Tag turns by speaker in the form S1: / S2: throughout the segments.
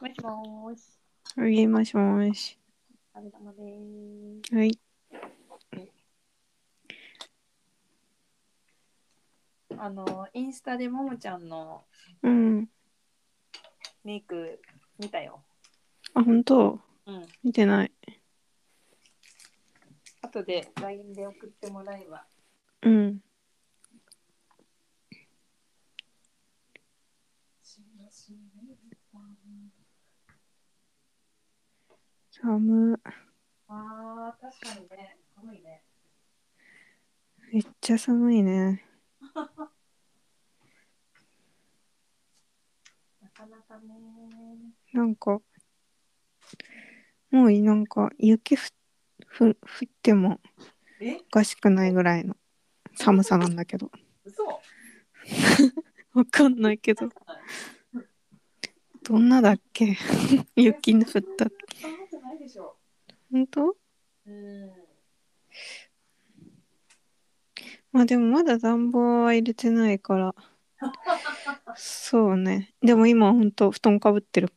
S1: もしもーし。
S2: はい、もしもし。
S1: お疲れ様でーす。
S2: はい。
S1: あの、インスタでももちゃんの
S2: うん。
S1: メイク見たよ。
S2: あ、本当
S1: うん。
S2: 見てない。
S1: 後で LINE で送ってもらえば。
S2: うん。寒。
S1: ああ、確かにね。寒いね。
S2: めっちゃ寒いね。
S1: なかなかね
S2: なんか、もうなんか雪ふふ降っても
S1: ー。え
S2: おかしくないぐらいの寒さなんだけど。
S1: 嘘
S2: わかんないけど。どんなだっけ 雪の降った。
S1: そんなことないでしょ。
S2: 本当
S1: うん。
S2: まあでもまだ暖房は入れてないから。そうね。でも今ほんと布団かぶ ってる。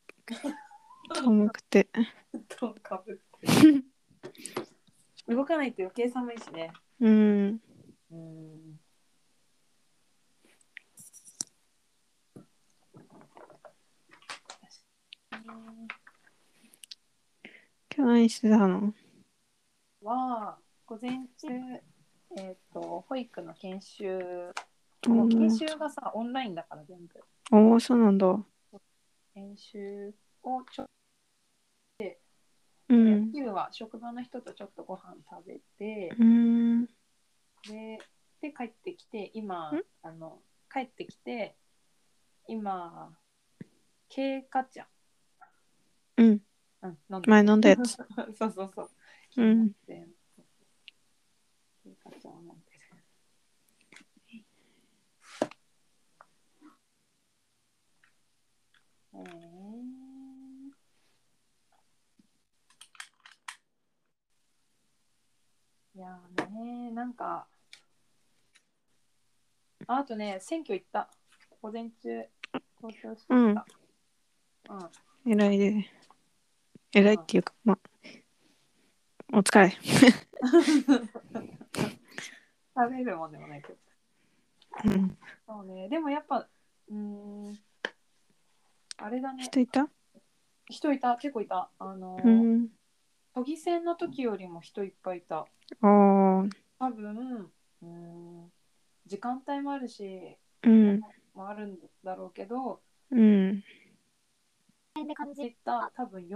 S2: 寒くて。
S1: 布団かぶって。 動かないと余計寒いしね。
S2: うん。
S1: うん。
S2: 今日何してたの
S1: は午前中、えっと保育の研修
S2: お
S1: もう研修がさオンラインだから全部
S2: おー、そうなんだ。
S1: 研修をちょっ
S2: う
S1: と、
S2: ん。
S1: 昼は職場の人とちょっとご飯食べて
S2: うん。
S1: でで帰ってきて今
S2: ん
S1: あの帰ってきて今経過茶
S2: うん。
S1: うん飲んで
S2: 前飲んだやつ。
S1: そうそうそう。
S2: うん
S1: 経過茶を飲んでるえーいやーねなんかああとね選挙行った午前中投票してきた、
S2: う
S1: うんん、
S2: 偉いで。偉いっていうか、まあ。お疲れ。
S1: 食べるもんでもないけど
S2: うん。
S1: そうねでもやっぱうーんあれだね
S2: 人いた
S1: 人いた結構いたあのー、
S2: うん。
S1: 都議選の時よりも人いっぱいいた
S2: ああ。
S1: 多分うーん時間帯もあるし、
S2: うん。
S1: もあるんだろうけど
S2: うん。
S1: 感じた多分4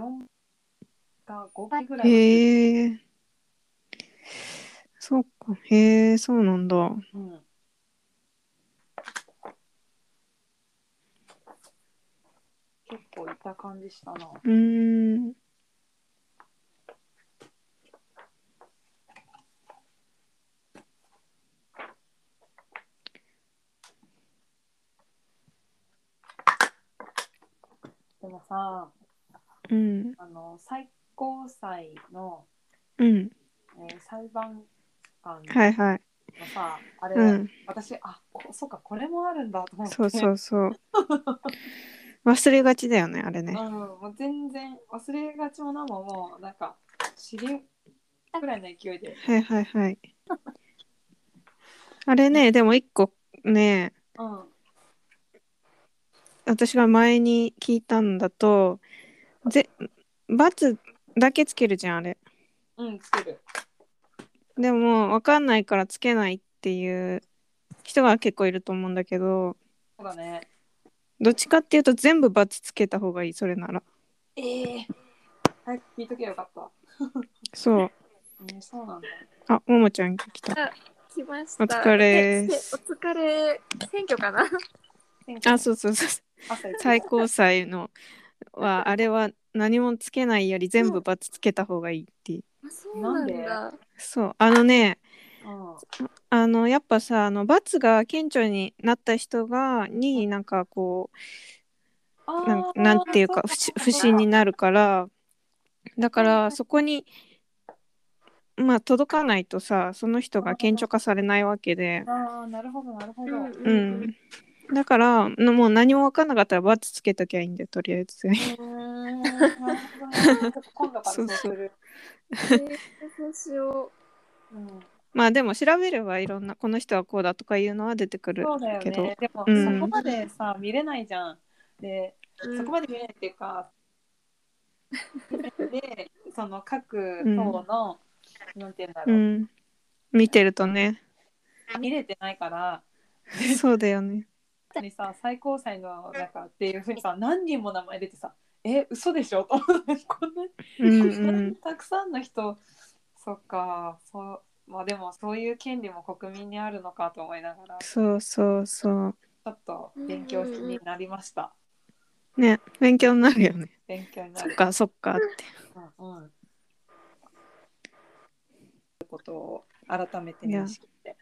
S1: か5倍ぐらいは、
S2: へえ。そうか。へえ、そうなんだ。
S1: うん、結構いた感じしたな
S2: うん。
S1: でもさ
S2: うん。
S1: あの最高裁の、
S2: うん。
S1: えー裁判官
S2: はいはい。
S1: のさ、あれ、
S2: うん。
S1: 私あこそうかこれもあるんだと思って
S2: そうそうそう。忘れがちだよね、あ れ
S1: うん、
S2: ね。
S1: もう全然忘れがちもなももうなんか知りたぐらいの勢いで、
S2: はいはいはい。あれね、でも一個ね、
S1: うん、
S2: 私が前に聞いたんだと、ぜ、罰だけつけるじゃん、あれ。
S1: うんつける
S2: でも、わかんないからつけないっていう人が結構いると思うんだけど、
S1: そうだね
S2: どっちかっていうと全部罰つけた方がいい、それなら。
S1: ええ早く聞いとけばよかった
S2: そう。
S1: ねそうなんだ
S2: あ、ももちゃん来た。
S3: 来まし
S2: お
S3: た。
S2: 疲れ
S3: えせお疲れ。選挙かな。
S2: あ、そうそうそう。
S1: 朝一
S2: 最高裁のはあれは何もつけないより全部罰つけた方がいいっていう
S3: あそうなん
S1: な
S3: だ。
S2: そうあのね
S1: うん
S2: あのやっぱさあの罰が顕著になった人がになんかこ
S1: あ
S2: う
S1: ー
S2: なんなんていうか
S1: そ
S2: 不し
S1: う
S2: 不審になるからだか
S1: はいは
S2: ら
S1: い
S2: そこにまあ届かないとさその人が顕著化されないわけで
S1: ああなるほどなるほど、うん
S2: う。んだからのもう何も分かんなかったら罰つけときゃいいんだよとりあえず。
S1: 今度からそうする。
S3: そうしよ
S1: うん
S2: まあでも調べればいろんなこの人はこうだとかいうのは出てくる
S1: そうだよ
S2: けど
S1: ね。でも、
S2: うん
S1: そこまでさ、見れないじゃん。で、
S3: う。うん
S1: そこまで見れないっていうか、 で、その各党の、なんて言うんだ
S2: う
S1: ろう、
S2: ん見てると ね
S1: 見れてないから、
S2: そうだよね
S1: 本当にさ、最高裁の中っていうふうにさ、何人も名前出てさ、え、嘘でしょと 思ってこんな
S2: うん
S1: こんな
S2: う
S1: に
S2: ん
S1: たくさんの人、そっか、そう。まあでもそういう権利も国民にあるのかと思いながらち
S2: そうそうそう
S1: ょっと勉強しになりました。
S2: ね勉強になるよね
S1: 勉強にな
S2: そっ
S1: る。
S2: かそっかって
S1: うんうん。ことを改めて認識して。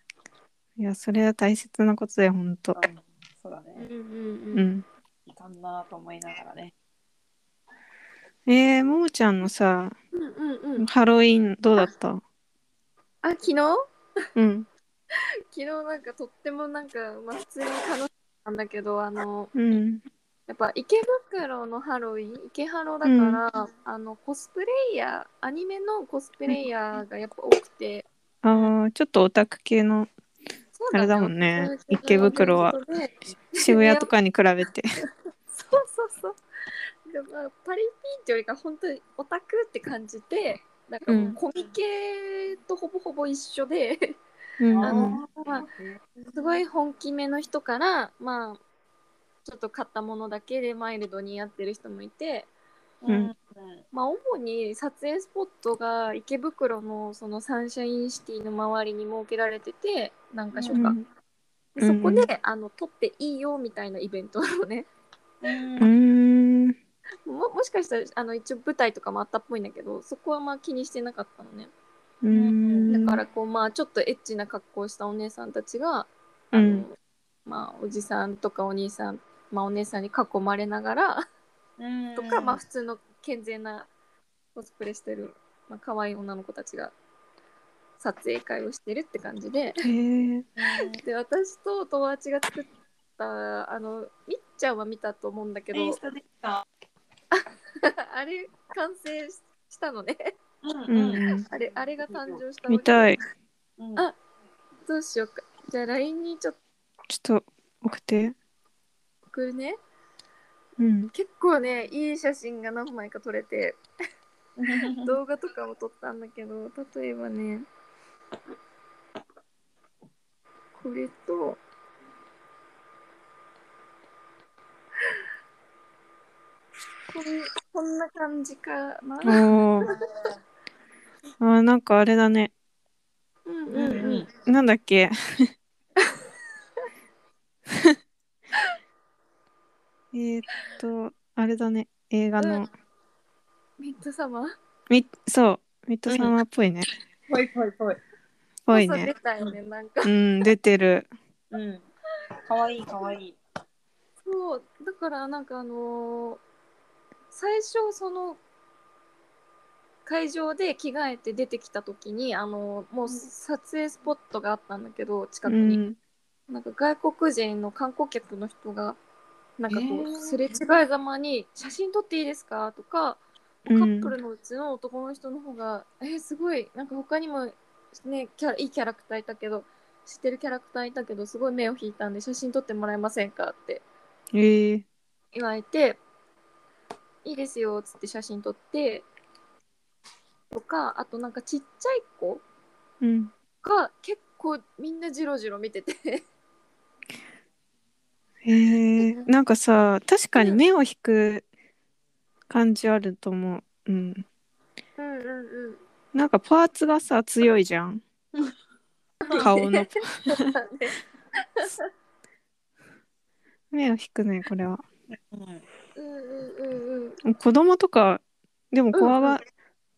S2: いやそれは大切なことだよほんと
S1: うんそうだ
S3: うん
S1: ね。
S3: うん
S2: う
S3: うん。
S2: ん
S1: いかんなと思いながらね。
S2: えー、ももちゃんのさ
S3: うんうんうん。
S2: ハロウィンどうだった
S3: あ、昨日
S2: うん
S3: 昨日なんかとってもなんか、まあ、普通に楽しかったんだけど、あの、
S2: うん
S3: やっぱ池袋のハロウィン、池ハロだから、あの、コスプレイヤー、アニメのコスプレイヤーがやっぱ多くて、
S2: あーちょっとオタク系の
S3: そう
S2: あれだもんね池袋は。
S3: そういう系のイベントで
S2: 渋谷とかに比べて
S3: そうそうそう。でまあ、パリピンってよりか本当にオタクって感じで、なんかもううんコミケとほぼほぼ一緒で、
S2: うん
S1: あ
S2: うん
S1: ー
S3: まあすごい本気めの人から、まあ、ちょっと買ったものだけでマイルドにやってる人もいて、
S2: うん
S3: まあ、主に撮影スポットが池袋のそのサンシャインシティの周りに設けられてて、何か所
S2: う
S3: か。
S2: ん
S3: でそこ
S2: う
S3: で、あの、撮っていいよみたいなイベントをね、
S1: うん
S2: うーん
S3: ももしかしたらあの一応舞台とかもあったっぽいんだけどそこはまあ気にしてなかったのね、
S2: うーん
S3: だからこうまあちょっとエッチな格好をしたお姉さんたちが、
S2: う
S3: あの
S2: ん
S3: まあ、おじさんとかお兄さん、まあ、お姉さんに囲まれながら
S1: うん
S3: とか、まあ普通の健全なコスプレしてる、まあ可愛い女の子たちが撮影会をしてるって感じで
S2: へえ
S3: で私と友達が作ったあのみっちゃんは見たと思うんだけど
S1: インスタできた。
S3: あれ完成ししたのね
S1: うん
S2: うんうん
S3: あれあれが誕生したわけ
S2: 見たい
S1: うん
S3: あどうしようか。じゃあ LINE にちょっと
S2: ちょっと送って
S3: 送るね。
S2: うん
S3: 結構ね、いい写真が何枚か撮れて、動画とかも撮ったんだけど、例えばね、これと、こんこんな感じかな。
S2: おーあーなんかあれだね
S3: うんうんうん。
S2: なんだっけ えーっとあれだね映画の、
S3: ミッドサマー
S2: みそうミッドサマーっぽいね、
S1: ぽいぽいぽい。
S2: ぽい
S3: そうそう
S2: ね
S3: 出たよね、なんか。
S2: うん出てる
S1: うん。かわいいかわいい。
S3: そうだからなんかあのー最初その会場で着替えて出てきた時にあのーもう撮影スポットがあったんだけど近
S2: う
S3: くに、
S2: ん
S3: なんか外国人の観光客の人がなんかこう、
S1: えー
S3: すれ違いざまに「写真撮っていいですか?」とかカ
S2: うん
S3: ップルのうちの男の人の方が「えーすごいなんか他にも、ね、キャラいいキャラクターいたけど知ってるキャラクターいたけどすごい目を引いたんで写真撮ってもらえませんか?」って
S2: えー、
S3: 言われて「いいですよ」っつって写真撮ってとかあとなんかちっちゃい子
S2: うん
S3: が結構みんなジロジロ見てて
S2: えー、なんかさ確かに目を引く感じあると思ううん
S3: うんうんうん
S2: なんかパーツがさ強いじゃん 顔の目を引くねこれは
S1: うん。
S3: うんうんうんうん
S2: 子供とかでも怖が、
S3: うんうん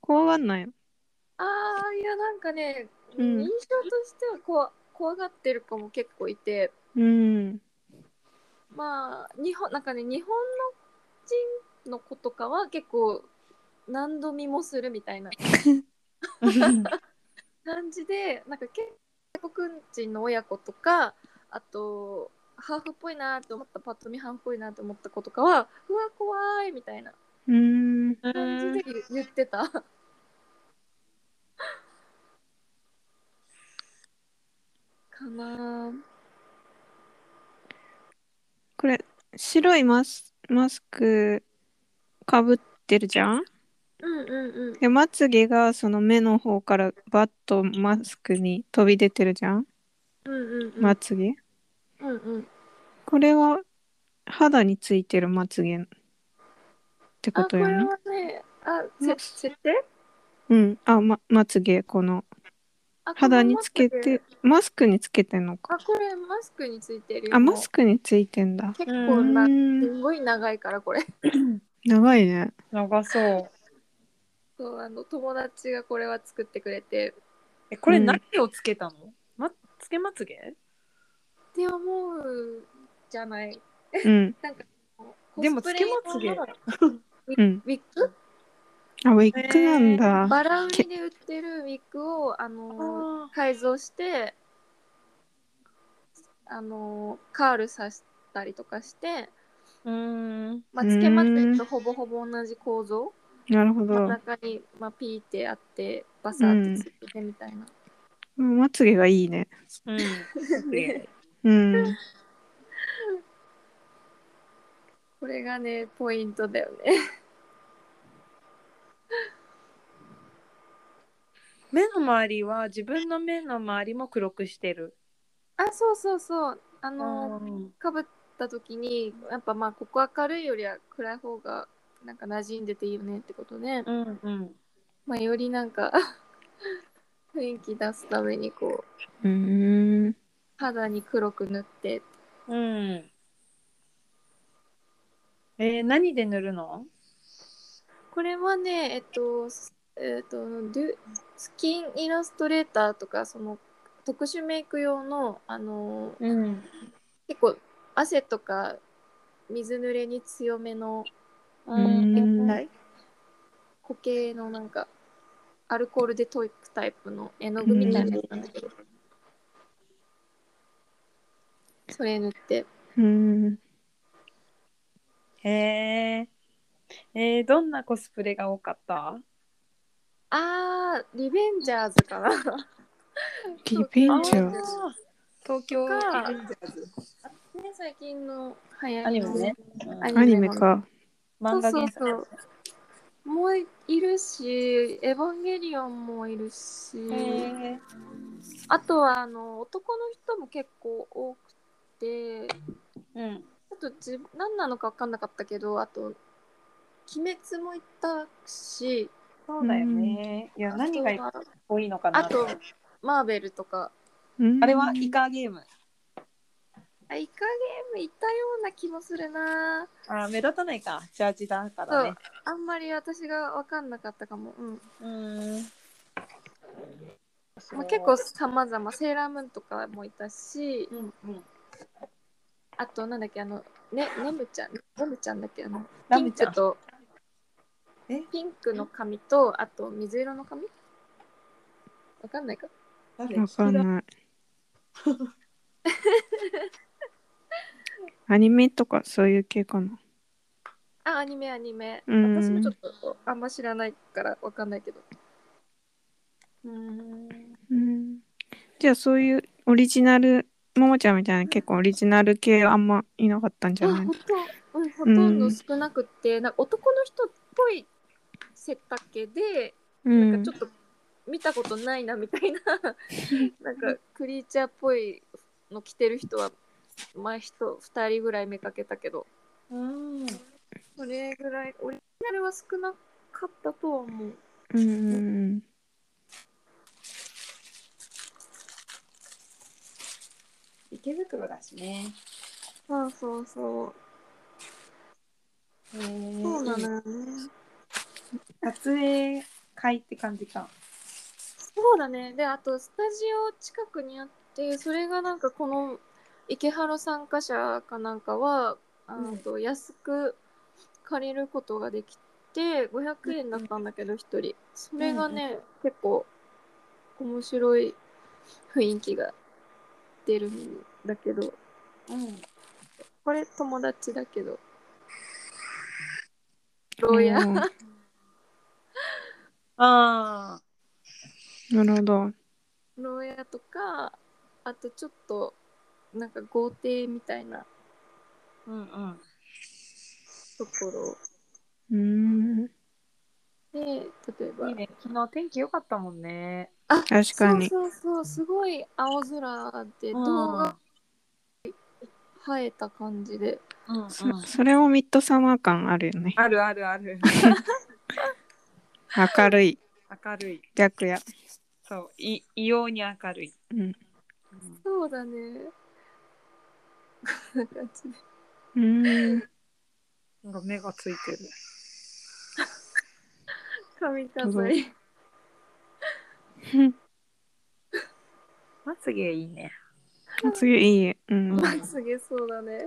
S2: 怖がんない
S3: あーいやなんかね、
S2: うん
S3: 印象としては怖怖がってる子も結構いて
S2: うん
S3: まあ日本なんかね日本の人の子とかは結構何度見もするみたいな感じでなんか結構外国人の親子とかあとハーフっぽいなと思ったパッと見ハーフっぽいなと思った子とかはうわ怖いみたいな
S2: うーん。
S3: 感じで言ってた。かな
S2: これ、白いマスマスクかぶってるじゃん
S3: うんうんうん。
S2: で、まつげがその目の方からバッとマスクに飛び出てるじゃん
S3: うんうんうん。
S2: まつげ。
S3: うんうん。
S2: これは肌についてるまつげってこ
S3: あ、ことれ
S2: よ
S3: は
S2: ね。
S3: ね、あ、せ設定
S2: うん。あ、ま、まつげ、この
S3: あ
S2: 肌につけ。
S3: このマスク
S2: て、マスクにつけてんのか。
S3: あ、これマスクについてるよ。
S2: あ、マスクについてんだ。
S3: 結構な
S2: う、
S3: す
S2: ん
S3: ごい長いからこれ。
S2: 長いね。
S1: 長そう。
S3: そう、あの、友達がこれは作ってくれて。
S1: え、これ
S2: うん
S1: 何をつけたの、ま、つけまつげ
S3: って思うじゃない。
S2: うん。
S1: でもつけまつげ
S3: コスプレ用の
S2: うん。
S3: ウィッグ
S2: あ、ウィッグなんだ。
S3: バラ売りで売ってるウィッグを、あの
S1: あ
S3: 改造して、あのカールさせたりとかして、
S1: ーうーん。
S3: まあ、つけまつげとほぼほぼ同じ構造、
S2: なるほ
S3: 真ん
S2: ど。
S3: 中に、まあ、ピーってあって、バサーってつけてみたいな。
S2: うんまつげがいいね。
S1: うん。
S3: ね
S2: うん。
S3: これがね、ポイントだよね。
S1: 目の周りは自分の目の周りも黒くしてる。
S3: あ、そうそうそう。あの
S1: うん
S3: かぶった時にやっぱまあここ明るいよりは暗い方がなんか馴染んでていいよねってことで、
S1: うんうん。
S3: まあ、よりなんか 雰囲気出すためにこう
S2: うん。
S3: 肌に黒く塗って
S1: うん。えー、何で塗るの
S3: これはねえっとえっとデュスキンイラストレーターとかその特殊メイク用のあの
S1: うん。
S3: 結構汗とか水濡れに強めの
S1: う。
S2: うん
S3: 液体固形のなんかアルコールで溶くタイプの絵の具みたいなやつなんだけど、それ塗って
S2: うん。
S1: へえ。えー、どんなコスプレが多かった
S3: あーリベンジャーズかな
S2: リベンジャーズ。
S1: あー東京
S3: か
S1: リベンジャーズ
S3: ね最近の流行りの
S1: アニメね。
S3: ア
S2: アニメか。
S3: そ
S1: 漫
S3: う
S1: 画
S3: そ
S1: 原
S3: う
S1: 作
S3: そうもういるし「エヴァンゲリオン」もいるし、
S1: へ
S3: あとはあの男の人も結構多くて
S1: え。うん。
S3: ちょっと自分何なのか分かんなかったけどあと「鬼滅」もいたし
S1: そうだよね。いや、何が一
S3: あとは
S1: 個いいのかな
S3: あとマーベルとか
S2: うん
S1: あれはイカゲーム。
S3: あイカゲームいたような気もするな
S1: あー、目立たないか。ジャージだか
S3: そ
S1: ら
S3: う
S1: ね。
S3: あんまり私が分かんなかったかも、うん
S1: うん。
S3: まあ、結構さまざまセーラームーンとかもいたし
S1: うんうん。
S3: あとなんだっけあのねねむちゃんねむちゃんだっけあの
S1: ラ
S3: ピ
S1: ム
S3: ン
S1: ちゃ
S3: ク
S1: ん。
S3: と
S1: え
S3: ピンクの髪とあと水色の髪分かんないか
S1: 誰
S2: わかんない。アニメとかそういう系かな。
S3: あアニメアニメ
S2: うん
S3: 私もちょっとあんま知らないから分かんないけど
S1: うん。
S2: うん。じゃあそういうオリジナル、ももちゃんみたいな結構オリジナル系あんまいなかったんじ
S3: あ
S2: ゃ
S3: ほ
S2: ない
S3: とんうん、ほとんど少なくて、なんか男の人っぽい背丈で、
S2: う
S3: なん
S2: ん
S3: かちょっと見たことないなみた いななんかクリーチャーっぽいの着てる人は前人2人ぐらい目かけたけど
S1: うん。
S3: それぐらいオリジナルは少なかったとは思う
S2: うんうん
S1: 池袋だしね。
S3: そうそうそう
S1: へ
S3: そうな
S1: ー
S3: のよね
S1: 撮影会って感じか。
S3: そうだねであとスタジオ近くにあってそれがなんかこの池原参加者かなんかはあ
S1: うん
S3: と安く借りることができて500円だったんだけど1人それがね、結構面白い雰囲気が出るんだけど
S1: うん。
S3: これ友達だけど牢屋。
S2: うんな
S3: ああ。
S2: るほど。
S3: 牢屋とか、あとちょっと、なんか豪邸みたいな
S1: うんうん。
S3: ところ
S2: うん。
S3: で、例えば。
S1: いいね。昨日天気良かったもんね。
S3: あ
S2: 確かに
S3: そうそうそう、すごい青空で動画映えた感じで。
S1: うんうん。
S2: そそれもミッドサマー感あるよね。
S1: あるあるある。
S2: 明るい。
S1: 明るい。
S2: 白夜。
S1: そう。い異様に明るい。
S2: うん。
S1: うん
S3: そうだね。こんな感じで。
S2: うん。
S1: なんか目がついてる。
S3: 髪飾り。
S1: まつげいいね。
S2: 次いい。うん。
S1: うん
S3: すげえそうだね。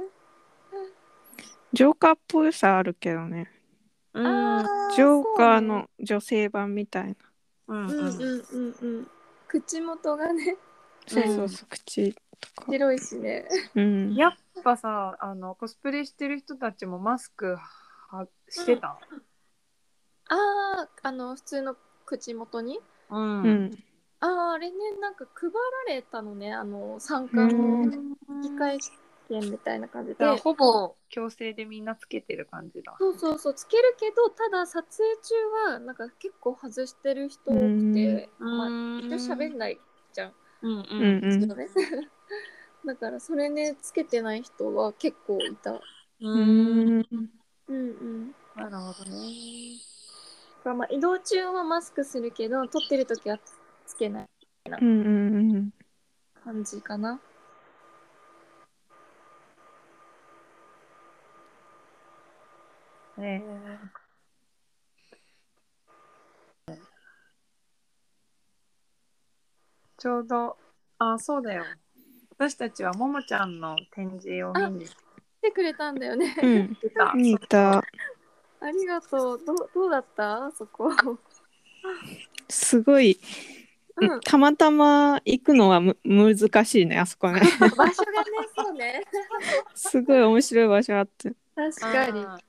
S2: ジョーカーっぽさあるけどね。
S1: う
S3: あー
S2: ジョーカーの女性版みたい
S1: う
S2: な。
S1: ん
S3: そうね。う
S1: うん。
S3: んうんうんうん。口元がね、
S2: そううんそうそう、口とか。
S3: 白いしね。
S2: うん。
S1: やっぱさ、あのコスプレしてる人たちもマスクはしてた。
S3: ああ、あの、普通の口元に。
S1: うん
S2: うん。
S3: ああ、あれね、なんか配られたのね、あの、参加
S2: う
S3: の
S2: ん
S3: 機会券みたいな感じで
S1: だから。ほぼ強制でみんなつけてる感じだ。
S3: そうそうそうつけるけどただ撮影中はなんか結構外してる人多くて、まあ、一応喋んないじゃん、
S1: うん
S2: う
S1: うん
S2: んうん。
S3: そうねだからそれねつけてない人は結構いた
S1: う
S2: うん。
S3: うんうん
S1: なるほどね。
S3: まあ、移動中はマスクするけど撮ってる時はつけない
S2: うんうんうん。
S3: 感じかな
S1: ねえちょうどあそうだよ私たちはももちゃんの展示を見に来
S3: 来てくれたんだよね、
S2: うん。
S1: てた。
S2: 似た。
S3: ありがとうどうどうだったそこ
S2: すごい。
S3: うん
S2: たまたま行くのはむ難しいね、あそこね。
S3: 場所がねそうね
S2: すごい面白い場所あって。
S3: 確
S1: あ
S3: かに
S1: ー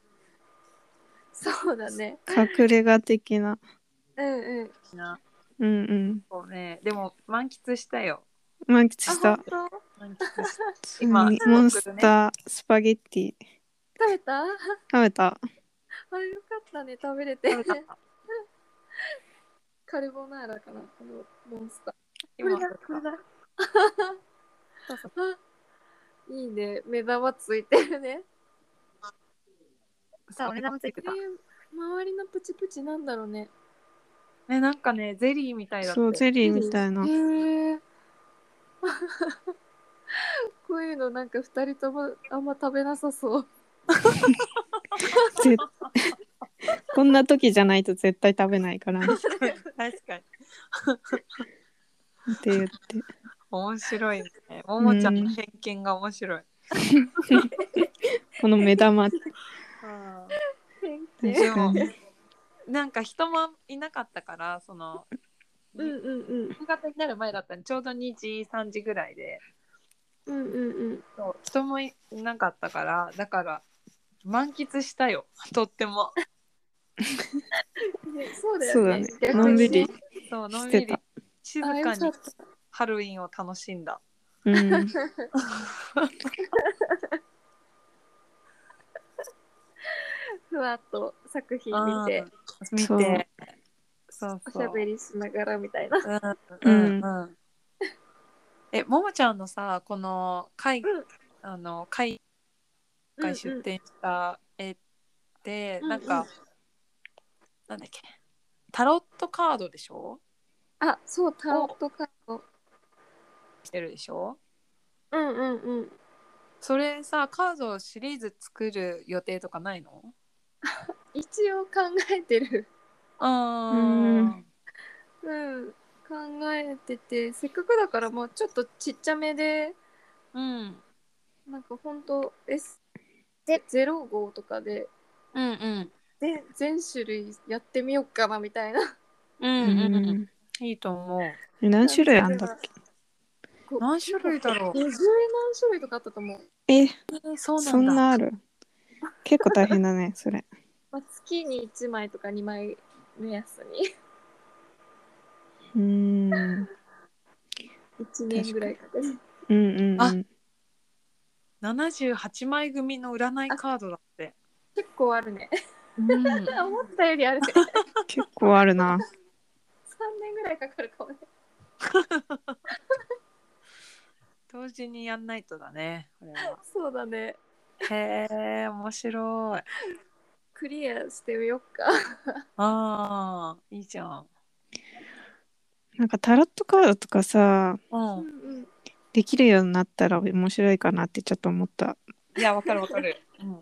S3: そうだね
S2: 隠れ家的な。
S3: うんうん
S1: な
S2: うんうん。
S1: そうねでも満喫したよ。
S2: 満喫
S3: あ
S2: した。
S3: 本当
S1: 満喫し
S2: モ
S1: 今
S2: ンスタースパゲッティ
S3: 食べた
S2: 食べた。
S3: あよかったね食べれ て
S1: た
S3: カルボナーラかなこのモンスター
S1: 今
S3: だ いいね目玉ついてるね
S1: そう目玉ついてた
S3: えー周りのプチプチなんだろうね
S1: ねなんかねゼリーみたいだった
S2: そう、ゼリーみたいな
S3: へ。ー こういうのなんか二人ともあんま食べなさそう
S2: ぜ こんな時じゃないと絶対食べないからね、
S1: 確かに
S2: って言って。
S1: 面白いねももちゃんの偏見が面白い。
S2: この目玉。
S1: あー
S3: 偏
S1: で
S3: 見
S1: もなんか人もいなかったからその
S3: うんうんうん
S1: 夕方になる前だったんでちょうど2時3時ぐらいで
S3: うんうんうん
S1: そう人もいなかったからだから満喫したよとっても
S3: ねそうだ
S2: そう
S3: よ
S2: だ
S3: ね
S2: ね
S3: 逆に
S2: のんびり
S1: そうの
S2: し
S1: ん
S2: て
S1: びり
S2: た。
S1: 静
S3: あよ
S1: か
S3: か
S1: に
S3: った
S1: ハロウィンを楽しんだ
S2: うん。
S3: ふわっと作品見て
S1: 見
S2: そう
S1: てそう
S3: おし
S1: そう
S3: ゃべりしながらみたいな。
S1: うんうんうんえももちゃんのさこの海
S3: うん
S1: あの海回出展した絵って、
S3: うんう
S1: な
S3: ん
S1: んか、なんだっけタロットカードでしょ
S3: あ、そう、タロットカード。
S1: してるでしょ
S3: うんうんうん。
S1: それさカードシリーズ作る予定とかないの
S3: 一応考えてる。
S1: あ
S2: う
S1: ー
S2: ん
S3: うん。考えてて、せっかくだからもうちょっとちっちゃめで、
S1: うん
S3: なんかほんと S、S05 とかで、
S1: うんうん
S3: で全種類やってみようかなみたいな。
S1: うんうんうんいいと思う
S2: 何種類あんだっけ
S1: 何種類だろう
S3: 20何種類とかあったと思う。
S2: え、
S1: えーそうな
S2: そ
S1: ん
S2: ん
S1: だ
S2: なある結構大変だね、それ。
S3: まあ、月に1枚とか2枚目安 に
S2: うーん。うん
S3: 1年ぐらいかけて
S2: うんうん。
S1: あ78枚組の占いカードだって。
S3: 結構ある ね
S1: うん、
S3: 思ったより あるね3
S2: 結構あるな。
S3: 年ぐらいかかるかもね
S1: 同時にやんないとだね。これは
S3: そうだね
S1: へえ面白い。
S3: クリアしてみよっか
S1: ああいいじゃん。
S2: なんかタロットカードとかさ、
S1: うん
S3: う。ん
S2: できるようになったら面白いかなってちょっと思った。
S1: いやわかるわかる。うん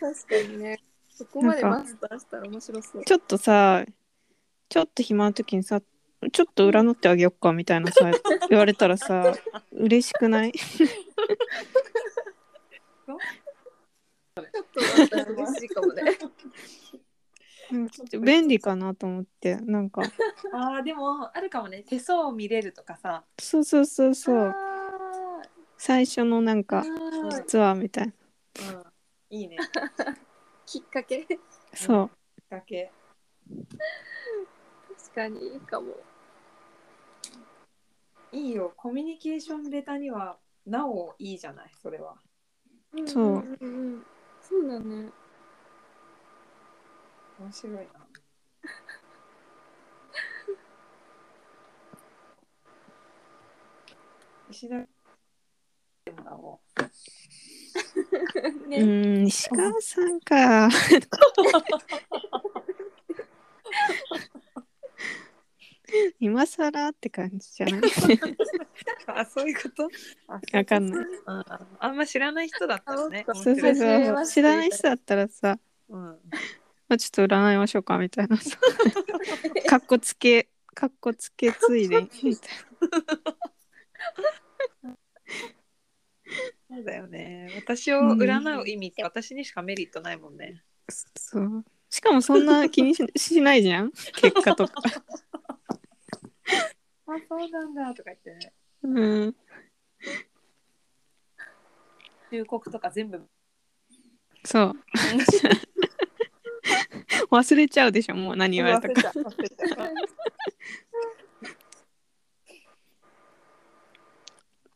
S3: 確かにねそこまでマスターしたら面白そう
S2: ちょっとさ、ちょっと暇な時にさ、ちょっと占ってあげよっかみたいなさ、言われたらさ、嬉しくない
S3: ちょっとだったら嬉しいかもね
S2: うんちょっと便利かなと思って、なんか、
S1: あーでもあるかもね手相を見れるとかさ
S2: そうそうそうそう、
S3: あ
S2: 最初のなん
S3: ー
S2: か、
S3: あー
S2: 実はみたいな。
S1: うんいいねきっ
S3: きっかけ
S2: そう。
S1: かけ
S3: 確かにいいかも
S1: いいよコミュニケーションベタにはなおいいじゃないそれは
S2: そうん
S3: うんうんそうだね
S1: 面白いな 石田でもらお
S2: う
S3: ね、
S2: ん、石川さんか。今更って感じじゃな
S1: う
S2: い
S1: あそういうこと、
S2: わかんないい。
S1: うん、あんま知らない人だったらね
S3: あ
S2: そうそう
S1: 面白い
S2: そう。知らない人だったらさ、
S1: うん
S2: まあ、ちょっと占いましょうかみたいな さ。かっこつけ、かっこつけついでみたい
S1: そうだよね私を占う意味って私にしかメリットないもんね、
S2: な。そう。しかもそんな気にししないじゃん結果とか。
S1: あ、そうなんだとか言ってね。
S2: うん。
S1: 忠告とか全部。
S2: そう。忘れちゃうでしょ、もう何言われたか。
S1: た。忘れた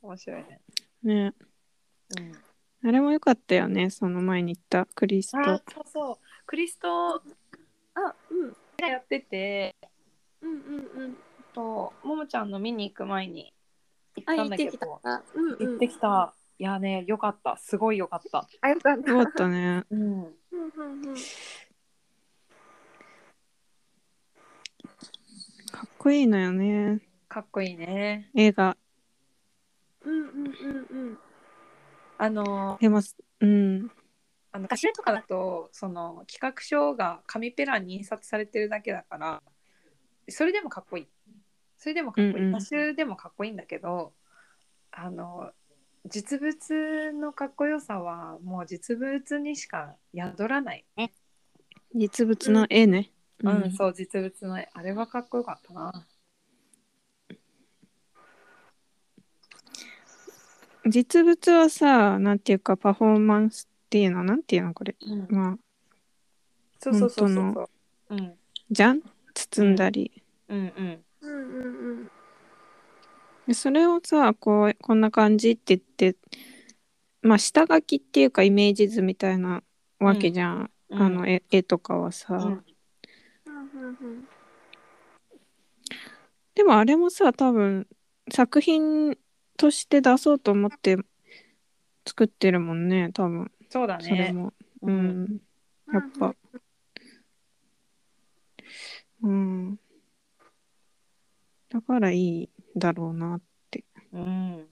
S1: 面白いね。
S2: ね。あれも良かったよね、その前に行ったクリス
S1: うん、あ
S2: ト。
S1: そうそう。クリスト
S3: あうん
S1: やってて、
S3: うんうんうん
S1: とももちゃんの見に行く前に行
S3: あ
S1: ったん
S3: 行っ
S1: だ
S3: て
S1: け
S3: きた
S1: ど。
S3: あうんうん
S1: 行ってきた。いやね、よかった。すごいよかった。
S3: あよかっ
S2: よ
S3: た
S2: かったね。
S1: うん。
S3: うんうんうん
S2: かっこいいのよね、
S1: かっこいいね。
S2: 映画。
S3: うんうんうんうん
S1: あの、
S2: でも、うん。
S1: あの昔とかだとその企画書が紙ペラに印刷されてるだけだからそれでもかっこいいそれでもかっこいい、
S2: うんうん
S1: 歌集でもかっこいいんだけどあの実物のかっこよさはもう実物にしか宿らない、ね
S2: 実物の絵ね。
S1: うん
S2: うん
S1: そう実物の絵あれはかっこよかったな
S2: 実物はさ、なんていうか、パフォーマンスっていうの、なんていうの、これ。
S1: うん
S2: まあ、
S1: そうそうそうそう
S2: 本
S1: そううん
S2: じゃん包んだり。
S1: うんうん
S3: うんうんうん
S2: でそれをさ、こう、こんな感じって言って、まあ、下書きっていうか、イメージ図みたいなわけじゃん。
S1: うん
S2: あの絵、絵とかはさ。
S1: うん
S3: うんうんうん
S2: でもあれもさ多分作品として出そうと思って作ってるもんね多分
S1: そうだ
S2: それ
S1: ね
S2: も、
S1: う
S2: うんんやっぱうんだからいいだろうな
S1: うん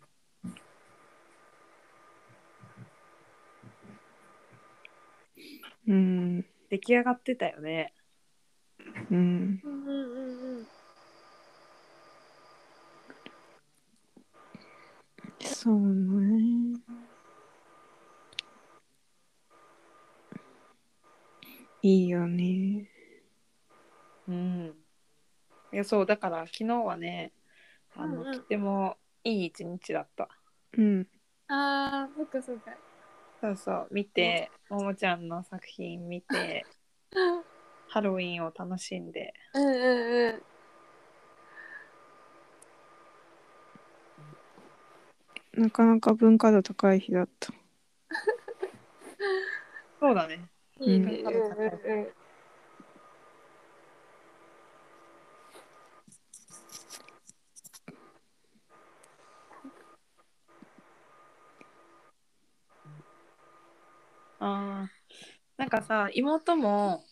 S2: うん
S1: 出来上がってたよね
S2: うん
S3: うんうんうんうん
S2: そうねいいよね
S1: うん。いや、そう、だから昨日はね、あの、
S3: うんうん
S1: とてもいい一日だった。
S2: うん
S3: あーそっかそっか
S1: そうそう見てももちゃんの作品見てハロウィンを楽しんで
S3: うんうんうん。
S2: なかなか文化度高い日だった。
S1: そうだね
S3: いいね。
S1: うん
S3: うん
S1: あーなんかさ妹も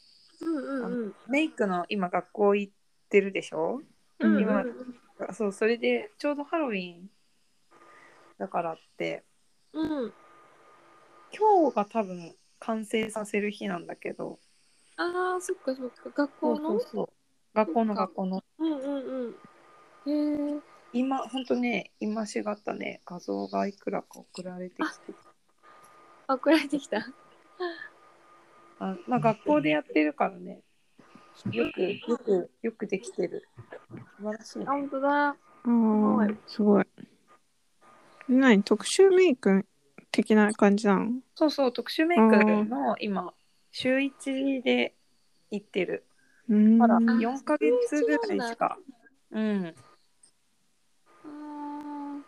S3: うんうんうん
S1: メイクの今学校行ってるでしょ
S3: うんうん
S1: 今そうそれでちょうどハロウィンだからって
S3: うんうん。
S1: 今日が多分完成させる日なんだけど
S3: ああ、そっかそっか。学校の。
S1: そう学校の
S3: そっか
S1: 学校の
S3: うんうんうん。へえ。
S1: 今本当ね今しがったね画像がいくらか送られてきて
S3: あ、送られてきた。
S1: あまあ学校でやってるからねよくよくよくできてる素晴らしいね
S3: あ、本当だ。
S2: ああ、すごい。何特殊メイク的な感じなの
S1: そうそう特殊メイクの今週1で行ってる
S2: うーん
S1: まだ
S3: ん
S1: 4ヶ月ぐらいしかうん
S3: あ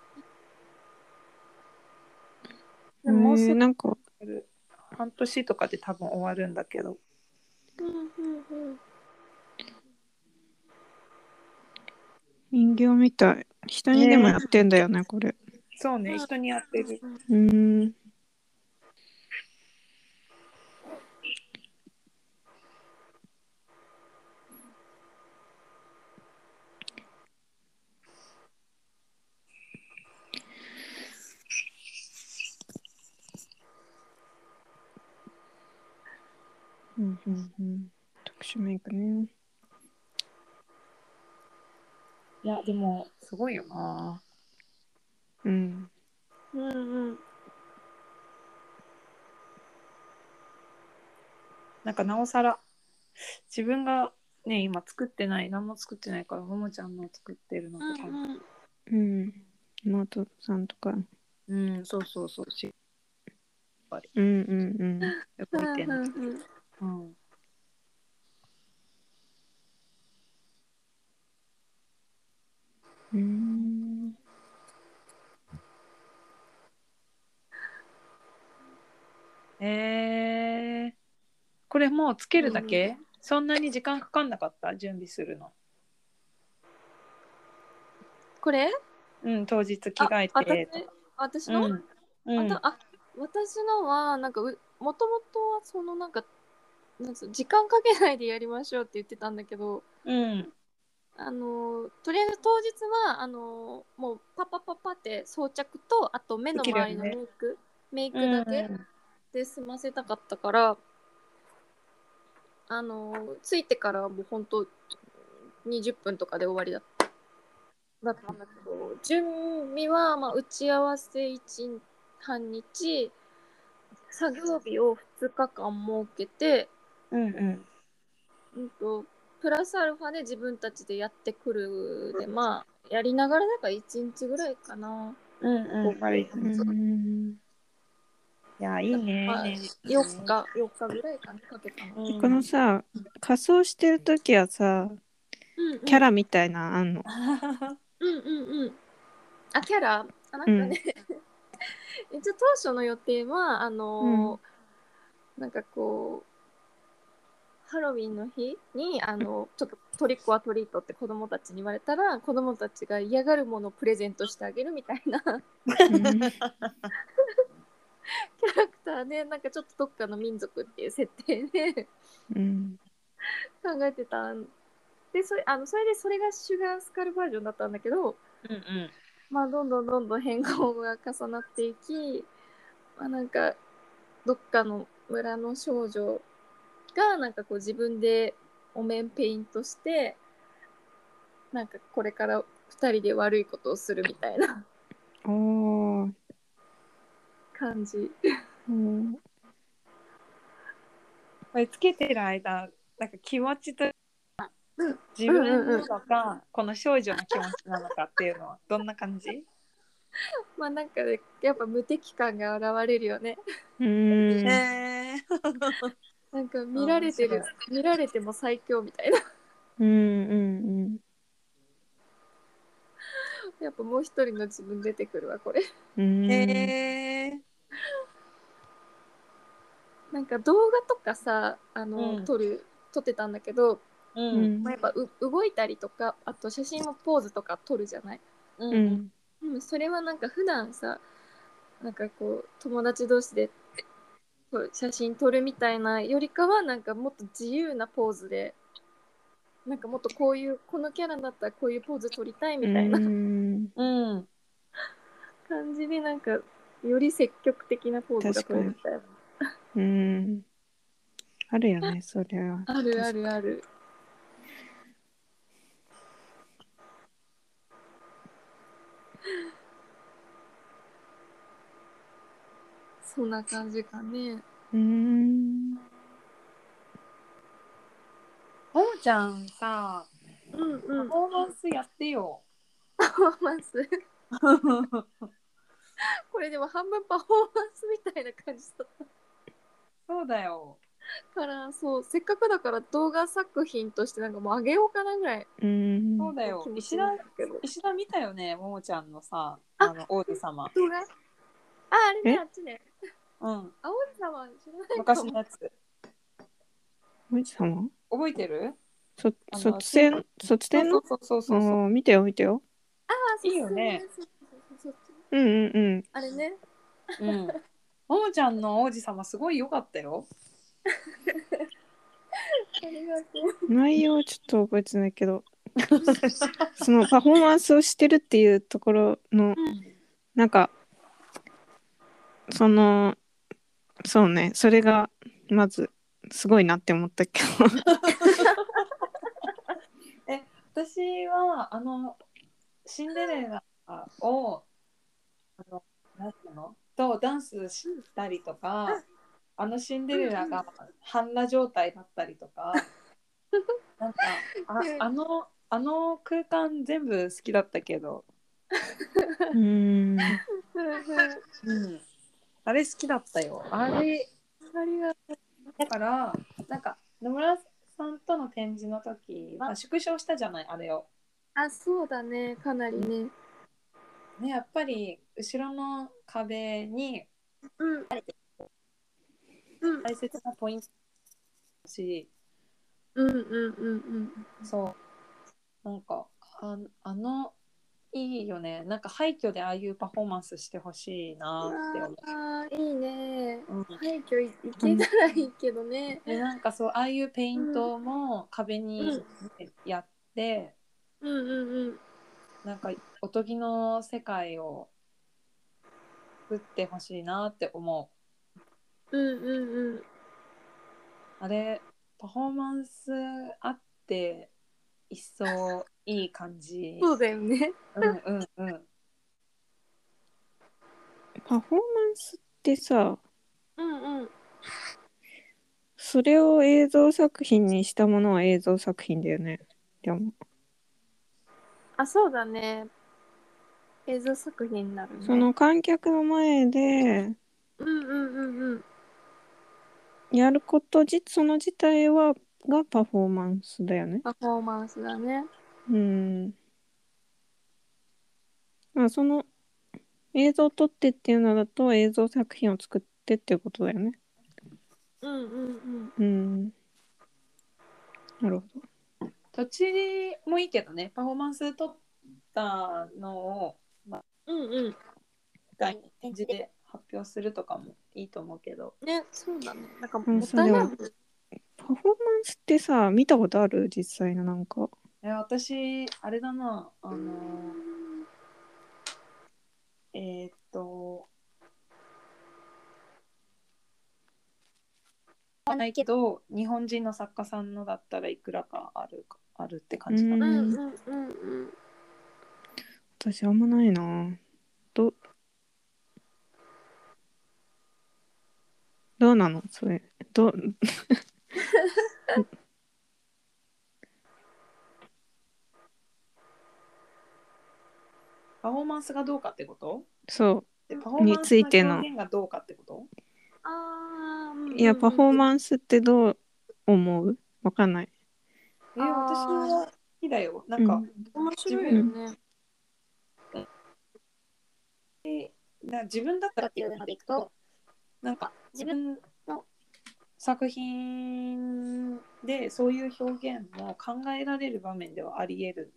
S3: ー
S1: でもうす
S2: えー
S1: ぐ
S2: なんか、
S1: 半年とかで多分終わるんだけど
S3: うんうんうん。
S2: 人形みたい。人にでもやってんだよね、これ。
S1: そうね人にやってる
S2: うーん。うんうんうん、特殊メイクね。
S1: いやでもすごいよな
S2: うん。
S3: うんうん。
S1: なんかなおさら自分がね今作ってない何も作ってないからももちゃんの作ってるの
S3: うん
S1: とか
S3: うん。
S2: うん。妹さんとか。
S1: うん、そうそうそうし
S2: うんうんうん。
S1: よく
S3: う
S1: 見
S3: ん
S1: て
S3: うん
S1: る、
S3: うん。
S1: うん、
S2: うーん
S1: えー、これもうつけるだけ、そんなに時間かかんなかった準備するの
S3: これ
S1: うん当日着替え
S3: あ
S1: て
S3: 私私
S1: う
S3: の、
S1: ん、う
S3: あ
S1: ん、
S3: たあ私のはなんかうもともとはそのなんかなんつうの時間かけないでやりましょうって言ってたんだけど
S1: うん
S3: あのーとりあえず当日はあのーもうパパパパって装着とあと目の
S1: できるよ
S3: 周
S1: ね
S3: りのメイク、メイク
S1: うん
S3: だけで済ませたかったから、あのー着いてからもうほんと20分とかで終わりだっただったんだけど準備は、まあ、打ち合わせ1半日作業日を2日間設けて、
S1: うんうん
S3: うん、とプラスアルファで自分たちでやってくるでまあやりながらだから1日ぐらいかな。
S1: うんうん悪いいうい
S2: ん
S1: やいいね、
S3: まあ、
S1: ね
S3: 4日、4日ぐらいかな、かけたの。
S1: うん
S2: このさ仮装してる時はさ
S3: うんうん
S2: キャラみたいなのあんの、
S3: うんうんうん。あ、キャラあ、なんかね、 一応当初の予定は、あのーなんかこう、ハロウィンの日に、あのちょっとトリックはトリートって子供たちに言われたら、子供たちが嫌がるものをプレゼントしてあげるみたいなキャ
S2: うん
S3: ラクターで、なんかちょっとどっかの民族っていう設定で
S2: うん
S3: 考えてたんで、それあのそれでそれがシュガースカルバージョンだったんだけど、
S1: うんうん
S3: まあ、どんどんどんどん変更が重なっていき、まあ、なんかどっかの村の少女がなんかこう自分でお面ペイントしてなんかこれから2人で悪いことをするみたいな
S2: おー
S3: 感じ。
S2: うん
S1: これつけてる間なんか気持ちと自分なのか、この少女の気持ちなのかっていうのはどんな感じ
S3: まあなんかねやっぱ無敵感が現れるよね
S2: うーん。
S4: へえ。
S3: なんか見られて
S1: う
S3: る
S1: ん
S3: 見られても最強みたいな
S2: うんうんうん。
S3: やっぱもう一人の自分出てくるわこれ
S2: うーん
S4: へえ。
S3: なんか動画とかさあの、
S4: うん
S3: 撮る撮ってたんだけど、
S4: う。
S2: うんん
S3: まあ、やっぱう動いたりとかあと写真もポーズとか撮るじゃない、
S4: う。
S2: うんん
S3: うん、それはなんか普段さなんかこう友達同士でこう写真撮るみたいなよりかはなんかもっと自由なポーズでなんかもっとこういうこのキャラだったらこういうポーズ撮りたいみたいな
S2: うん
S4: うん。
S3: 感じでなんかより積極的なポーズが撮れるみたいな
S2: うん。あるよね、それは。
S3: あるあるあるそんな感じかね
S2: うーん。
S1: ももちゃんさ
S3: うんう
S1: パ
S3: ん
S1: フォーマンスやってよ。
S3: パフォーマンス これでも半分パフォーマンスみたいな感じだっ
S1: そうだよ。
S3: たからそうせっかくだから動画作品としてなんかもうあげようかなぐらい
S2: うん。
S1: そうだよ
S3: 気。持ち
S1: 石
S3: にな
S1: 田
S3: ったけど
S1: 石田見たよね、ももちゃんのさ、あの王子様。
S3: 動画ああれねあっちね
S1: うん、
S3: 青い様知らないかも
S1: 昔のやつ。
S2: 森さんは
S1: 覚えてる？
S2: そ
S1: あの
S2: 卒戦卒戦の
S1: そうそうそうそう。
S2: ああ見てよ見てよ。
S3: あそう
S1: いいよね
S3: そうそうそうそう
S2: うんうんうん。
S3: あれね
S1: うん。ももちゃんの王子様すごい良かったよ。
S3: ありがとう
S2: 内容ちょっと覚えてないけどそのパフォーマンスをしてるっていうところのなんかそのそうねそれがまずすごいなって思ったけど
S1: 私はあのシンデレラをあのなんていうのとダンスしたりとか、あのシンデレラが半裸状態だったりと か、なんかあ
S3: うん
S1: あのあの空間全部好きだったけど、
S2: うーん
S3: あ
S1: うん、あれ好きだったよ。あれ
S3: りが
S1: だからなんか野村さんとの展示の時は縮小したじゃないあれを。
S3: あそうだねかなりね
S1: ねやっぱり後ろの壁に
S3: うんうん
S1: 大切なポイントだし
S3: うんうんうん
S1: そうなんかああのいいよねなんか廃墟でああいうパフォーマンスしてほしいなって思
S3: あーいいね
S1: う。うん
S3: 廃墟い行けたらいいけどね
S1: でなんかそうああいうペイントも壁にやって、
S3: うんうんうん
S1: なんかおとぎの世界を作ってほしいなって思
S3: うんうんうん
S1: うあれパフォーマンスあって一層いい感じ
S3: そうだよね
S1: うんうんうん
S2: パフォーマンスってさ
S3: うんうん
S2: それを映像作品にしたものは映像作品だよねでも
S3: あそうだね映像作品になるね
S2: その観客の前で
S3: うんうんうんうん
S2: やることじその自体はがパフォーマンスだよね。
S3: パフォーマンスだね
S2: うん。まあその映像を撮ってっていうのだと映像作品を作ってっていうことだよね。
S3: うんうん
S2: うん。なるほど。
S1: どっちもいいけどねパフォーマンス撮ったのを
S3: うんうんうん
S1: 機会に展示で発表するとかもいいと思うけど
S3: ねそうだねなんか
S2: ん
S3: もったいないもんね
S2: パフォーマンスってさ見たことある実際のなんか。
S1: え私あれだなあのえーっとないけど日本人の作家さんのだったらいくらかあるかあるって感じだ
S2: う
S3: う
S1: な、
S3: んうんうんうん
S2: 私あんまないな。どどうなのそれ。ど
S1: パフォーマンスがどうかってこと
S2: そ
S1: でパフォーマンスの
S2: についての
S1: 表現がどうかってこと
S3: あ
S2: ういやパフォー
S3: ン
S2: マンスってどう思うわかんない
S1: え
S3: あー
S1: 私は好きだよなんか、
S3: ス面白いよね。
S1: な自分だったらっていうのでいくとなんか自
S3: 自
S1: 分の作品でそういう表現も考えられる場面ではありえる、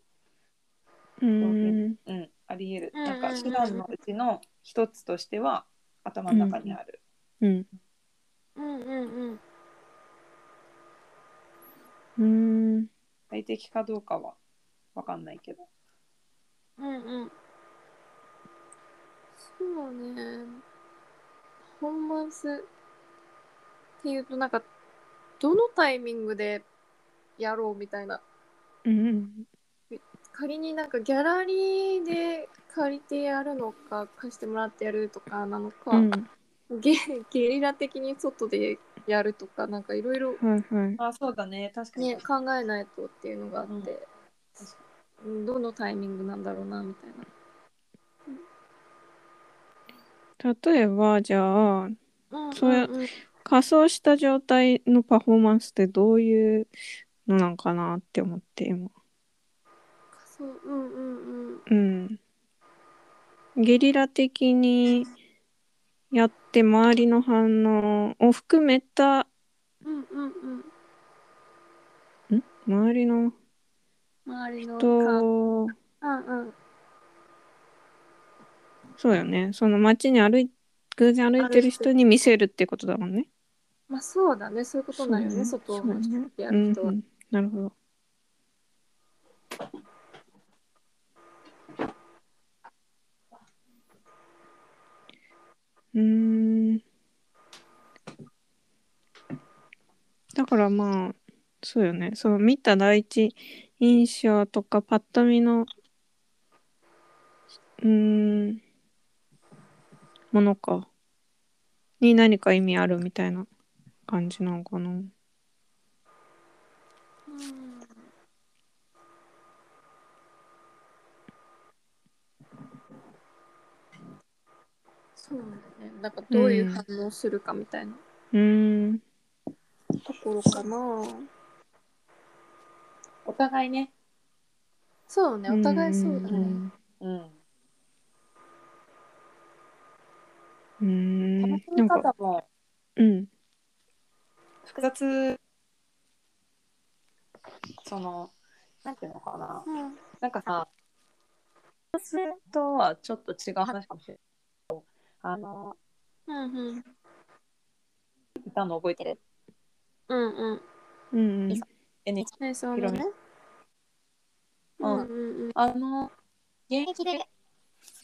S2: うーん
S1: うん、ありえる、
S3: うんうんうんうん
S1: なんか手段のうちの一つとしては頭の中にある、
S2: うん
S3: うんうんうん。
S2: うーん
S1: 最適かどうかは分かんないけど
S3: うんうん。そうね。パフォーマンスっていうと、なんか、どのタイミングでやろうみたいな。
S2: うん
S3: 仮になんかギャラリーで借りてやるのか、貸してもらってやるとかなのか、
S2: うん
S3: ゲゲリラ的に外でやるとか、なんかいろいろ
S2: はいはい
S1: あそうだね確かに、
S3: ね、考えないとっていうのがあって、うんどのタイミングなんだろうな、みたいな。
S2: 例えばじゃあ
S3: うんうん
S2: そうや
S3: うん
S2: 仮装した状態のパフォーマンスってどういうのなんかなって思って今
S3: そううんうんうん。
S2: うんゲリラ的にやって周りの反応を含めた
S3: うんうんうん。
S2: 周りの
S3: 周りの感
S2: 人
S3: うんうん。
S2: そうよねその街に歩い偶然歩いてる人に見せるってことだもんね。
S3: まあそうだね、そういうことになるよね、
S2: そう
S3: 外
S2: そう
S3: の人
S2: ね
S3: やる人
S2: う
S3: は
S2: んう。んなるほど。うーん。だからまあそうよねその見た第一印象とかパッと見のうーんものかに何か意味あるみたいな感じなのかな。
S3: うんそうだね、なんかどういう反応するかみたいな
S2: うーん。
S3: ところかな。
S1: お互いね
S3: そうね、お互いそうだね。
S1: うん
S2: うーん。
S1: 楽し
S2: な
S1: み
S2: んか、
S1: 方も
S2: うん。
S1: 複雑そのなんていうのかな
S3: うん
S1: なんかさ、それとはちょっと違う話かもしれないけど。あの、
S3: うんうん
S1: 歌の覚えてる
S3: うんうん。
S2: うんうん。
S1: ?NHK。
S3: ね、そうだね。う
S1: うんん
S3: うん
S1: あの、現役で、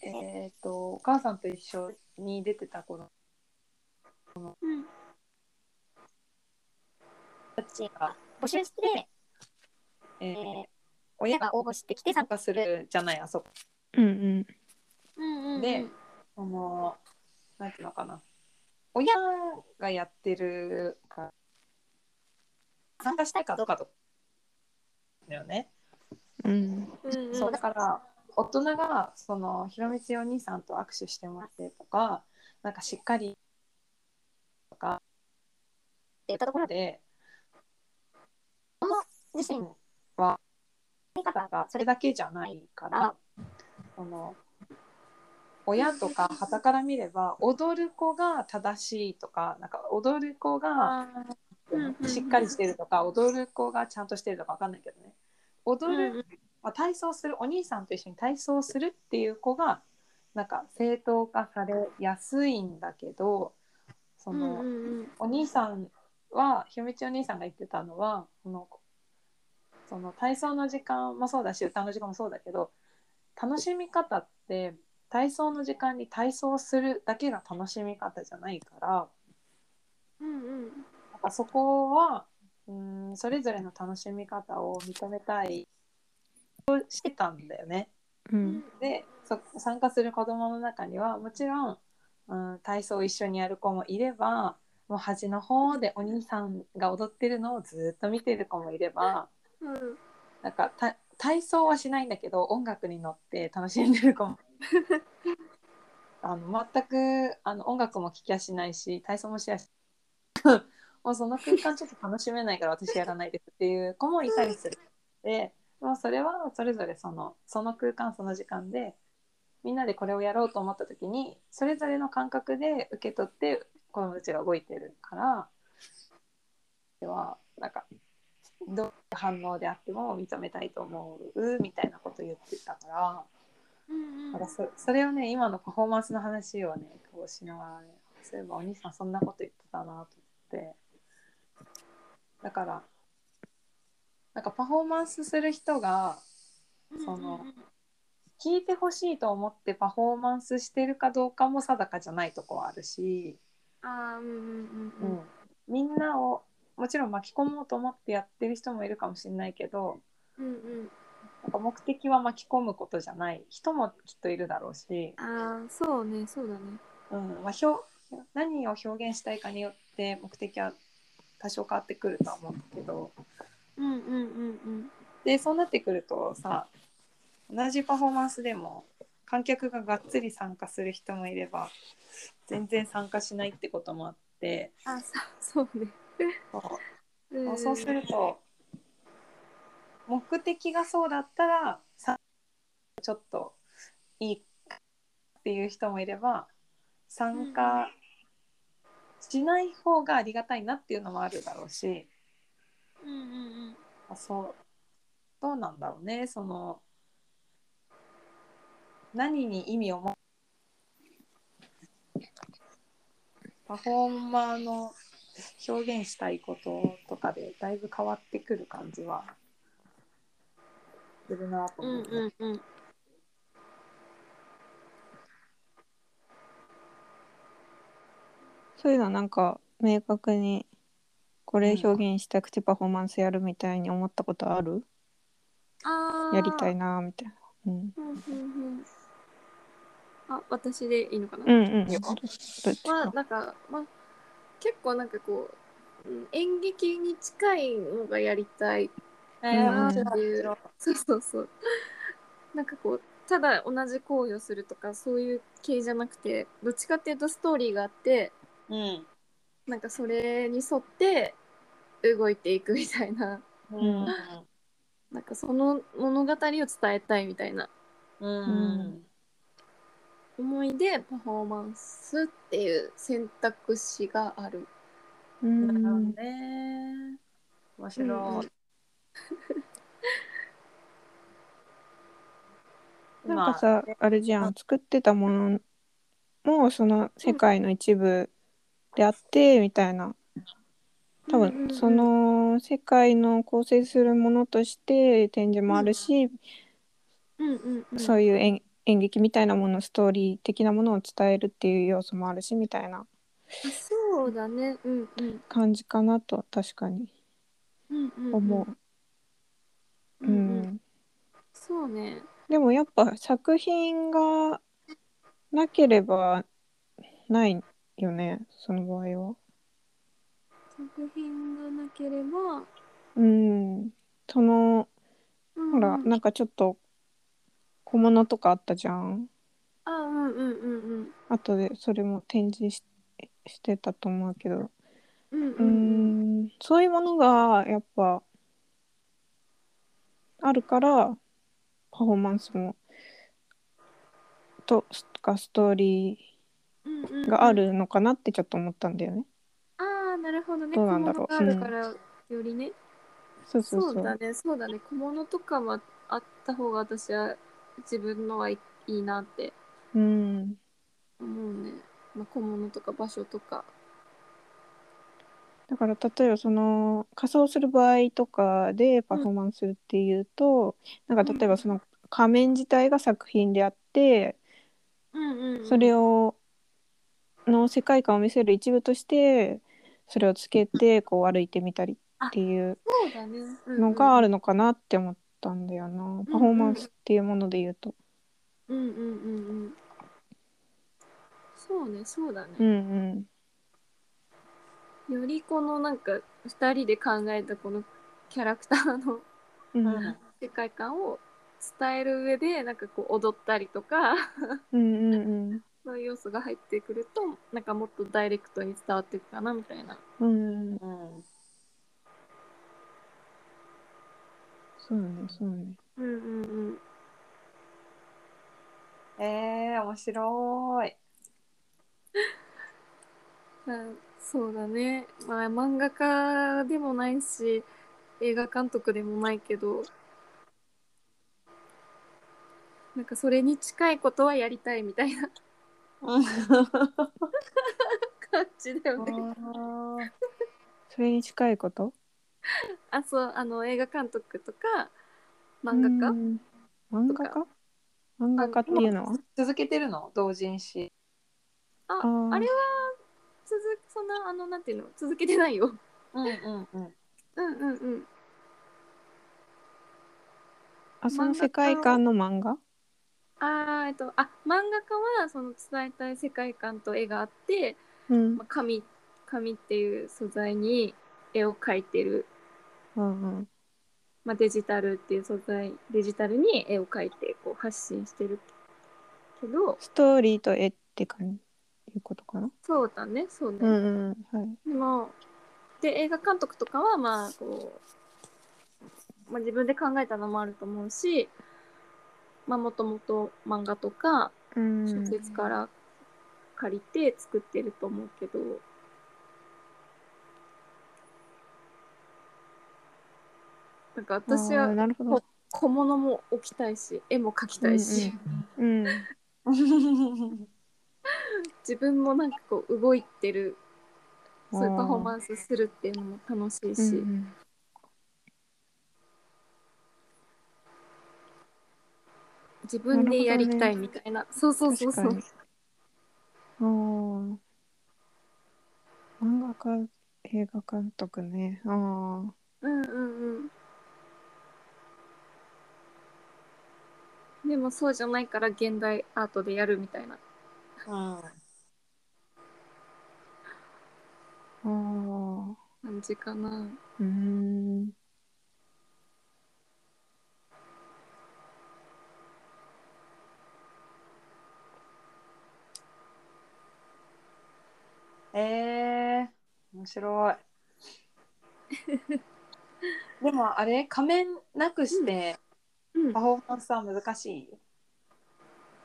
S1: えっ、と、お母さんと一緒に出てた頃
S3: うん。
S1: たちが募集して、えー親が応募してきて参加するじゃない、あそこ。
S2: うん
S3: うんうんうん。
S1: で、その、なんていうのかな。親がやってるか、参加したいかどうかと。だよね。
S2: うん。うん。
S3: うんうん、
S1: そうだから大人がそのひろみつお兄さんと握手してもらってとかなんかしっかりとかって言ったところで子供自身は見方がそれだけじゃないからその親とか傍から見れば踊る子が正しいとかなんか踊る子が
S3: あうんうん
S1: しっかりしてるとか踊る子がちゃんとしてるとかわかんないけどね
S3: ー
S1: 踊
S3: う
S1: る
S3: んうん
S1: まあ、体操するお兄さんと一緒に体操するっていう子がなんか正当化されやすいんだけどその、
S3: うんうんうん
S1: お兄さんはひよみちお兄さんが言ってたのはそのその体操の時間もそうだし歌の時間もそうだけど楽しみ方って体操の時間に体操するだけが楽しみ方じゃないから
S3: うんうん
S1: なんかそこはうんそれぞれの楽しみ方を認めたいとしてたんだよね。
S2: う
S3: うんん
S1: でそ参加する子どもの中にはもちろん、うん、体操を一緒にやる子もいればもう端の方でお兄さんが踊ってるのをずっと見てる子もいれば
S3: うん
S1: なんかた体操はしないんだけど音楽に乗って楽しんでる子もいあの全くあの音楽も聴きやしないし体操もしやし もうその空間ちょっと楽しめないから私やらないですっていう子もいたりするで、まあ、それはそれぞれそのその空間その時間でみんなでこれをやろうと思った時にそれぞれの感覚で受け取って子どもたちが動いてるからではなんかどういう反応であっても認めたいと思うみたいなこと言ってたから。
S3: うん
S1: なんかそそれをね今のパフォーマンスの話をねこうしながらねそういえばお兄さんそんなこと言ってたなと思ってだからなんかパフォーマンスする人がその聞いてほしいと思ってパフォーマンスしてるかどうかも定かじゃないとこはあるし、
S3: あーうんうん
S1: う
S3: うん
S1: ん、みんなをもちろん巻き込もうと思ってやってる人もいるかもしれないけど
S3: うんうんうん
S1: なんか目的は巻き込むことじゃない人もきっといるだろうし。
S3: あーそうねそうだね
S1: うんまあ、表何を表現したいかによって目的は多少変わってくるとは思うけど
S3: うんうんうんうん
S1: でそうなってくるとさ同じパフォーマンスでも観客ががっつり参加する人もいれば全然参加しないってこともあって
S3: あそうそうね
S1: そう
S3: うん
S1: そうすると目的がそうだったらさちょっといいっていう人もいれば参加しない方がありがたいなっていうのもあるだろうし
S3: うんうんうん
S1: あそうどうなんだろうねその何に意味をもパフォーマーの表現したいこととかでだいぶ変わってくる感じはするなと
S3: う
S1: 思
S3: ん
S1: う。
S3: うんうん
S2: そういうのはなんか明確にこれ表現したくてパフォーマンスやるみたいに思ったことある、
S3: あー
S2: やりたいなみたいな、うん、
S3: うんうんうんあ私でいいのかな
S2: うんう
S1: い
S2: ん
S1: いよ
S2: どっち
S3: まあ
S2: か
S3: なんか、まあ、結構なんかこううん演劇に近いのがやりたい
S1: えー
S2: うん
S1: 面白い面白い
S3: そうそうそうなんかこうただ同じ行為をするとかそういう系じゃなくてどっちかっていうとストーリーがあって
S1: うん
S3: なんかそれに沿って動いていくみたいな
S1: うん
S3: なんかその物語を伝えたいみたいな
S1: うん
S3: 思いでパフォーマンスっていう選択肢がある。
S2: う
S1: なるほど
S2: ん
S1: ね面
S3: うん
S1: 白い
S2: なんかさあれじゃん作ってたものもその世界の一部であってみたいな多
S3: うんうん
S2: 分
S3: うん
S2: その世界の構成するものとして展示もあるし、
S3: うんうんうん、
S2: そういう演演劇みたいなものストーリー的なものを伝えるっていう要素もあるしみたいな
S3: あそうだね。うんうん
S2: 感じかなと確かに
S3: うんうんうん
S2: 思う。
S3: う
S2: うん
S3: んうんそうね。
S2: でもやっぱ作品がなければないよねその場合は。
S3: 作品がなければ、
S2: うんその
S3: うん
S2: ほら、
S3: うん
S2: なんかちょっと小物とかあったじゃん。
S3: あうんうんうんうん
S2: あとでそれも展示ししてたと思うけど、
S3: うん
S2: う、
S3: うんん
S2: そういうものがやっぱあるからパフォーマンスもとかストーリ
S3: うんうん
S2: ーがあ。るのかなってちょっと思ったんだよね。
S3: ああなるほどね。
S2: どうなんだろう
S3: 小物があるからよりね。
S2: そうそ
S3: そう
S2: うそう。
S3: だねそうだね小物とかもあった方が私は自分のはいいいなって
S2: うん
S3: 思うね。まあ、小物とか場所とか。
S2: だから例えばその仮装する場合とかでパフォーマンスするっていうと、なんか例えばその仮面自体が作品であって、
S3: うんうんうん、
S2: それをの世界観を見せる一部としてそれをつけてこう歩いてみたりっていう
S3: そうだね。
S2: のがあ
S3: る。
S2: るのかなって思ったんだよな、パフォーマンスっていうもので言うと。
S3: うんうんうんうん。そうねそうだね。
S2: うんうん
S3: よりこのなんか2人で考えたこのキャラクターの
S2: うん
S1: うん
S3: 世界観を伝える上でなんかこう踊ったりとか
S2: うんうん
S3: そういう要素が入ってくるとなんかもっとダイレクトに伝わっていくかなみたいな。
S2: うんうん
S1: うん
S2: そうねそうね
S3: うんうんうん
S1: えー、面白い。
S3: うんそうだね、まあ、漫画家でもないし映画監督でもないけどなんかそれに近いことはやりたいみたいな感じだよね。
S2: それに近いこと
S3: あそうあの映画監督とか漫画
S2: う
S3: 家
S2: ん漫画家漫画家っていうのは
S1: 続けてるの同人誌。
S3: あ
S2: ー
S3: あれは続そんなあのなんていうの続けてないよ。
S1: うんうんうん。
S3: うんうんうん
S2: あその世界観の漫画
S3: あーえっと、あ漫画家はその伝えたい世界観と絵があって、
S2: うん
S3: まあ、紙紙っていう素材に絵を描いてる、
S2: うんうん
S3: まあ、デジタルっていう素材デジタルに絵を描いてこう発信してるけど
S2: ストーリーと絵って感じいうことかな
S3: そうだねそう
S2: う
S3: だ
S2: ん
S3: ね、
S2: うんうんはい
S3: でもで映画監督とかはまあこう、まあ、自分で考えたのもあると思うし、まあ、もともと漫画とか
S2: うん
S3: 小説から借りて作ってると思うけど。なんか私
S2: あー
S3: は
S2: なるほど
S3: 小物も置きたいし絵も描きたいし、
S2: うんうん
S3: 自分もなんかこう動いてるそうい
S2: あ
S3: う
S2: ー
S3: パフォーマンスするっていうのも楽しいし、
S2: うん
S3: 自分でやりたいみたいなそうそうそうそう
S2: 確うん、ああ漫画家映画監督ねああ
S3: うんうんうんでもそうじゃないから現代アートでやるみたいな
S1: うん
S2: ああ
S3: 感じかな
S2: うん
S1: えー、面白い。でもあれ仮面なくして
S3: うん
S1: パフォーマンスは難しい。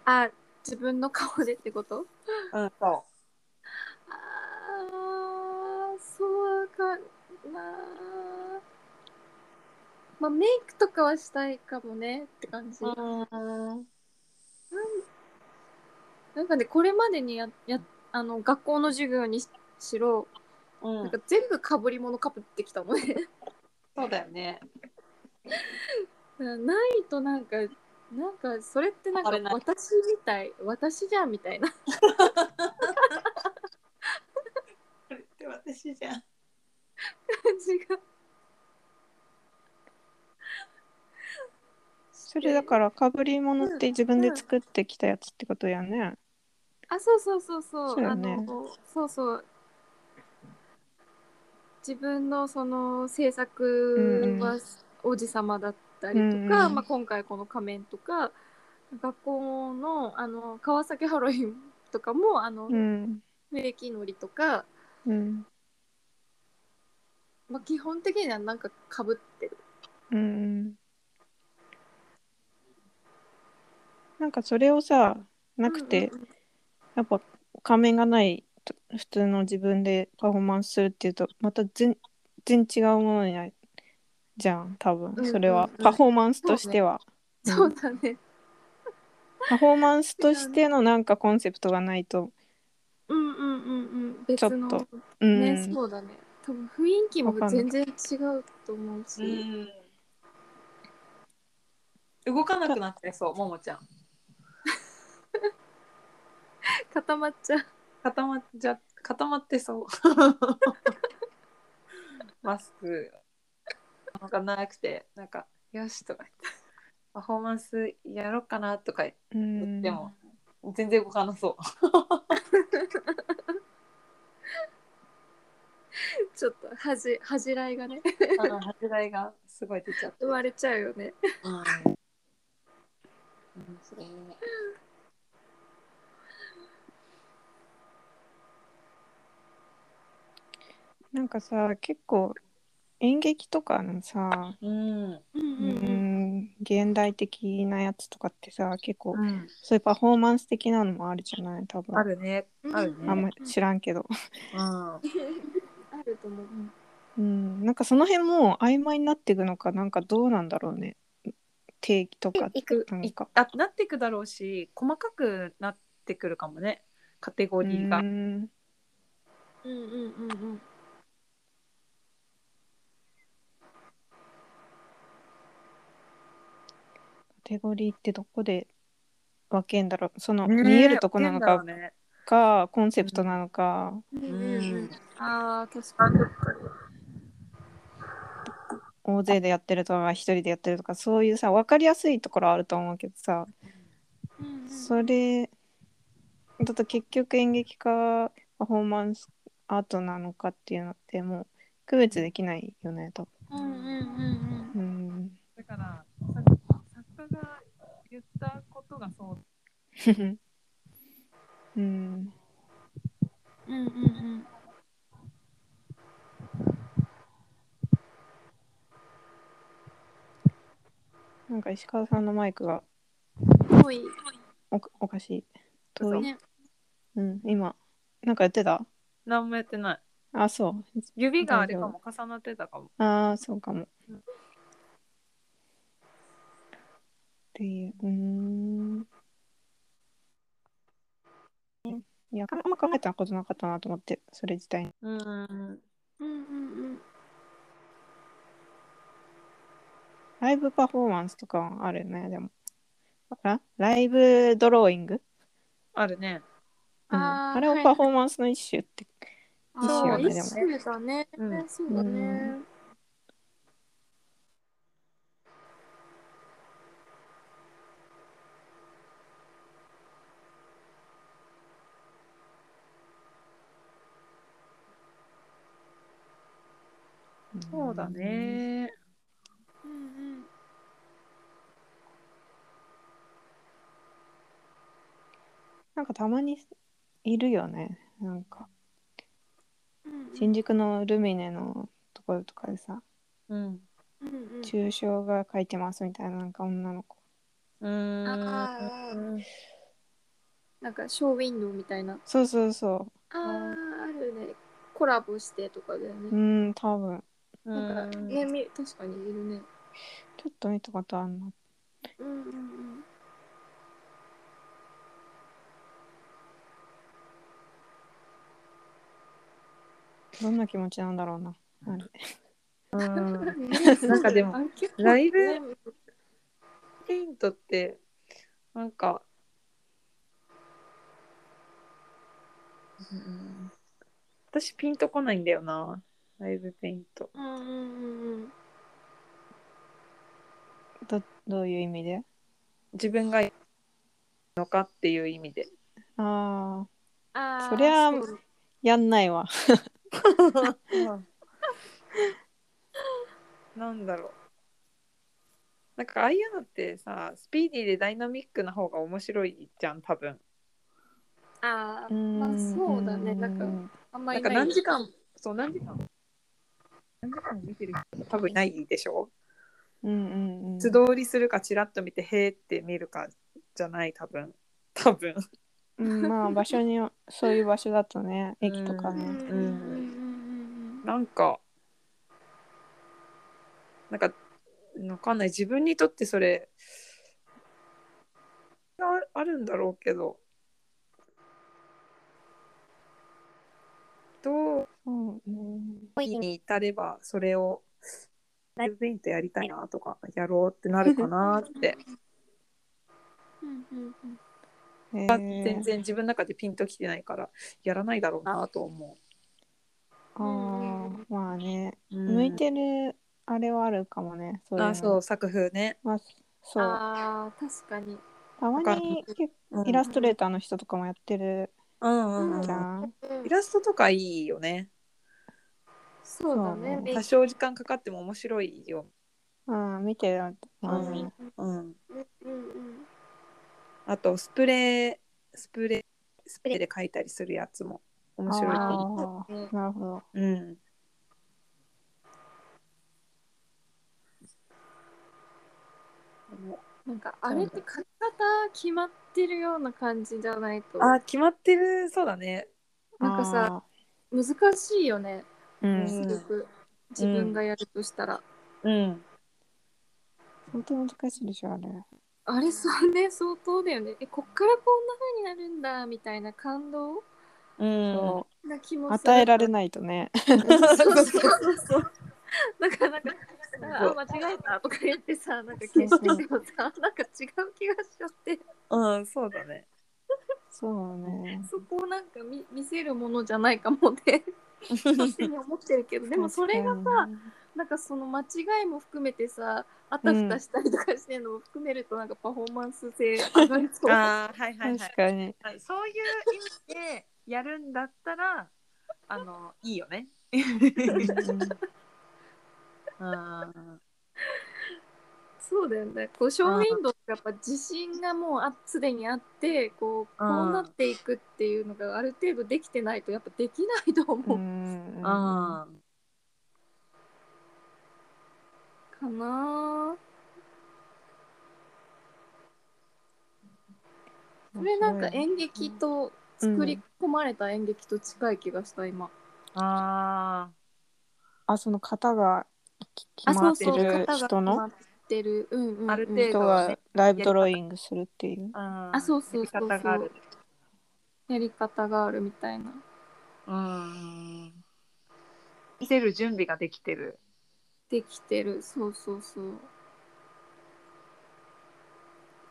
S3: あ自分の顔でってこと
S1: うん、そ
S3: あーそうかなまあメイクとかはしたいかもねって感じ、
S1: う。うん。
S3: なんかねこれまでにややあの学校の授業にししろ
S1: う
S3: なん
S1: ん
S3: か、全部かぶり物かぶってきたのね
S1: そうだよね。
S3: ないとなんかなんかそれってなんか
S1: あれない
S3: 私みたい私じゃんみたいな
S1: これって私じゃん。
S3: 感じが
S2: それだからかぶり物って自分で作ってきたやつってことやね
S3: あそうそうそうそう
S2: そうよね
S3: あのそうそう自分のその制作
S2: うんう
S3: は
S2: ん
S3: 王子様だったりとか、
S2: うんうん
S3: まあ、今回この仮面とか学校のあの川崎ハロウィンとかもあの、
S2: うん
S3: 植木のりとか、
S2: うん
S3: まあ、基本的にはなんかかぶってる。
S2: うんなんかそれをさなくて、
S3: うんうん
S2: やっぱ仮面がないと普通の自分でパフォーマンスするっていうとまた全全然違うものになるじゃん多
S3: うんう
S2: 分
S3: ん
S2: それは、パフォーマンスとしては、うん
S3: そうだね。
S2: パフォーマンスとしてのなんかコンセプトがないと
S3: うんうんうんうん。別の
S2: ちょっうん、
S3: ね、そうだね。多分雰囲気も
S2: わかんない
S3: 全然違うと思うし。
S1: うん。動かなくなってそう、ももちゃん。
S3: 固まっちゃう。
S1: 固まっじゃ固まってそう マスクなんかなくてなんか「よし」とか言ってパフォーマンスやろうかなとか
S2: う
S1: 言
S2: ん
S1: っても、全然動かなそう
S3: ちょっと恥恥 じらいがね
S1: あの恥じらいがすごい出ちゃって、
S3: 生まれちゃうよね。
S1: うん面白いね。
S2: なんかさ結構演劇とかのさ、
S1: うん。
S3: う
S2: うーん、現代的なやつとかってさ結構
S1: うん、
S2: そういうパフォーマンス的なのもあるじゃない多分
S1: あるね。ある
S2: あん
S1: ね。
S2: ま知らんけど、
S1: うん。
S3: あると思う。
S2: うん、なんかその辺も曖昧になっていくのかなんかどうなんだろうね定義とか
S3: いく
S2: なんか
S1: あなってくだろうし細かくなってくるかもねカテゴ
S2: う
S1: リーが。
S2: ーん
S3: うんうんうんうん。
S2: カテゴリーってどこで分けんだろうその
S1: ね
S2: 見えるとこな
S1: ど
S2: の
S1: う
S2: か
S1: だろうね
S2: かコンセプトなのか
S3: うん
S1: うん
S3: ああ、確かに。
S2: 大勢でやってるとか一人でやってるとかそういうさ分かりやすいところあると思うけどさ
S3: うん
S2: それだと結局演劇かパフォーマンスアートなのかっていうのってもう区別できないよね多
S3: うんうんうん
S2: 分。うん
S1: だから作作家が言ったことがそう
S2: うん、
S3: うんうんうん
S2: なんか石川さんのマイクが
S3: うん。ぽい。
S2: おかおかしい。遠い、
S3: ね。
S2: うん、今、なんかやってた
S1: 何もやってない
S2: あ、そう。
S1: 指があれかも重なってたかも。
S2: ああ、そうかも。っ
S1: うん
S2: ていう、うーん。いや、あんま考えたことなかったなと思って、それ自体に。
S1: うん
S3: うんうん
S2: ライブパフォーマンスとかはあるよね、でも。あライブドローイング、
S1: あるね。
S2: うん、
S3: あ
S2: あ
S3: ー
S2: れ
S3: は
S2: も
S3: い
S2: パフォーマンスの一種って
S3: うん。
S1: 一種
S3: あ
S1: よ
S3: あ、
S1: ね
S3: 一種だね。
S1: うん
S3: そうだね。
S1: そうだ。ね。
S3: うん
S2: なんかたまにいるよね。なんか
S3: うん。うん
S2: 新宿のルミネのところとかでさ、
S1: うん。
S3: うんうん。
S2: 抽象が書いてますみたいななんか女の子。
S1: うー
S3: あー
S1: ん。
S3: なんかショーウィンドウみたいな。
S2: そうそうそ
S3: ああ、あるね。コラボしてとかだよ
S2: う。う
S3: ね。
S2: ん、多分。
S1: う
S3: なんかね、
S1: ん。
S3: み確かにいるね。
S2: ちょっと見たことあるな。
S3: うんうん
S2: どんな気持ちなんだろうな。あれ
S1: うん
S3: うん。
S1: なんかでも
S3: あ、結 構
S1: ライブ
S3: ね
S1: ペイントってなんか、うん、私ピンとこないんだよなライブペイント
S3: うんうんうんうん。
S2: どどういう意味で
S1: 自分がいいのかっていう意味で
S2: ああ、
S3: ああ、
S2: そりゃあ
S3: そうだ
S2: やんないわ。
S1: なんだろうなんかああいうのってさスピーディーでダイナミックな方が面白いじゃん多分
S3: ああ、まあそうだね。なんか、あんま
S1: なん
S3: り
S1: か
S3: ない。
S1: 何時間そう何時間何時間も見てる人多分いないでしょ
S2: うんうんうん。
S1: 素通りするかチラッと見てへーって見るかじゃない多分 多分
S2: うん、まあ場所によ、そういう場所だとね、駅とか
S3: うんうん
S2: ね。
S3: うんうん
S1: なんかなんかわかんない自分にとってそれああるんだろうけどどう
S2: そうね。
S1: に至ればそれをライブイベントやりたいなとかやろうってなるかなっ て
S3: うんうんうん
S2: えー
S1: 全然自分の中でピンときてないからやらないだろうなと思
S2: ああ、まあね。
S1: う。
S2: 向いてるあれはあるかもね。そういうの
S1: あそう作風ね。
S2: まあ、そう。
S3: ああ、確かに。
S2: たまに結
S1: うん
S2: イラストレーターの人とかもやってる
S1: うんうんうん
S2: じゃん。
S1: イラストとかいいよね。
S3: そうだ
S2: そう
S3: ね。
S2: ね
S3: め
S1: 多少時間かかっても面白いよ。
S2: うん、見てる。
S1: うんうん。
S3: うんうんうん
S1: あとスプレースプレースプレ
S3: レ
S1: ー
S3: ー
S1: で描いたりするやつも面白いと思
S2: あーなるほど。
S1: う。うん、
S3: なんかあれって書き方決まってるような感じじゃないと
S1: あ決まってるそうだね。
S3: なんかさ難しいよね
S2: あー、うん、
S3: すごく自分がやるとしたら、
S1: うん
S2: 本当難しいでしょ、あれ。
S3: あれそうね相当だよねえこっからこんな風になるんだみたいな感動
S1: うん
S2: そ
S3: な気
S2: う
S3: もする
S2: 与えられないとね。
S3: そうそうそうそう。なんかなんかあ間違えたとか言ってさなんか消しててもさなんか違う気がしちゃって
S1: うんそうだね。
S2: そうね。
S3: そこをなんか見見せるものじゃないかもね勝手に思ってるけどでもそれが
S2: 確か
S3: さ
S2: にね、
S3: なんかその間違いも含めてさあたふたしたりとかしてるのも含めるとなんかパフォーマンス性上がりそう
S1: あーはいはいはい。
S2: 確かに。
S1: はい、そういう意味でやるんだったらあのいいよね。 うん
S3: そうだよねこうショーウィンドウってやっぱ自信がもうあすでにあってこうこうなっていくっていうのがある程度できてないとやっぱできないと
S2: う
S3: 思う、
S2: ん。
S1: う
S2: うん
S1: ん
S3: かなぁこれなんか演劇と作り込まれた演劇と近い気がした今、
S1: あ
S2: あ、その型がき決
S3: あ
S2: ま
S3: そ
S2: って
S3: うそう
S2: る
S3: 型が決
S2: 人
S3: ま
S2: の
S3: ってるうんうんうん、
S1: ある程
S2: 人
S1: 度
S2: がライブドローイングするっていう。
S1: ーうん
S3: あそうそうそうそ
S1: や
S3: う
S1: り方がある
S3: やり方があるみたいな
S1: うん見せる準備ができてる。
S3: できてるそうそうそう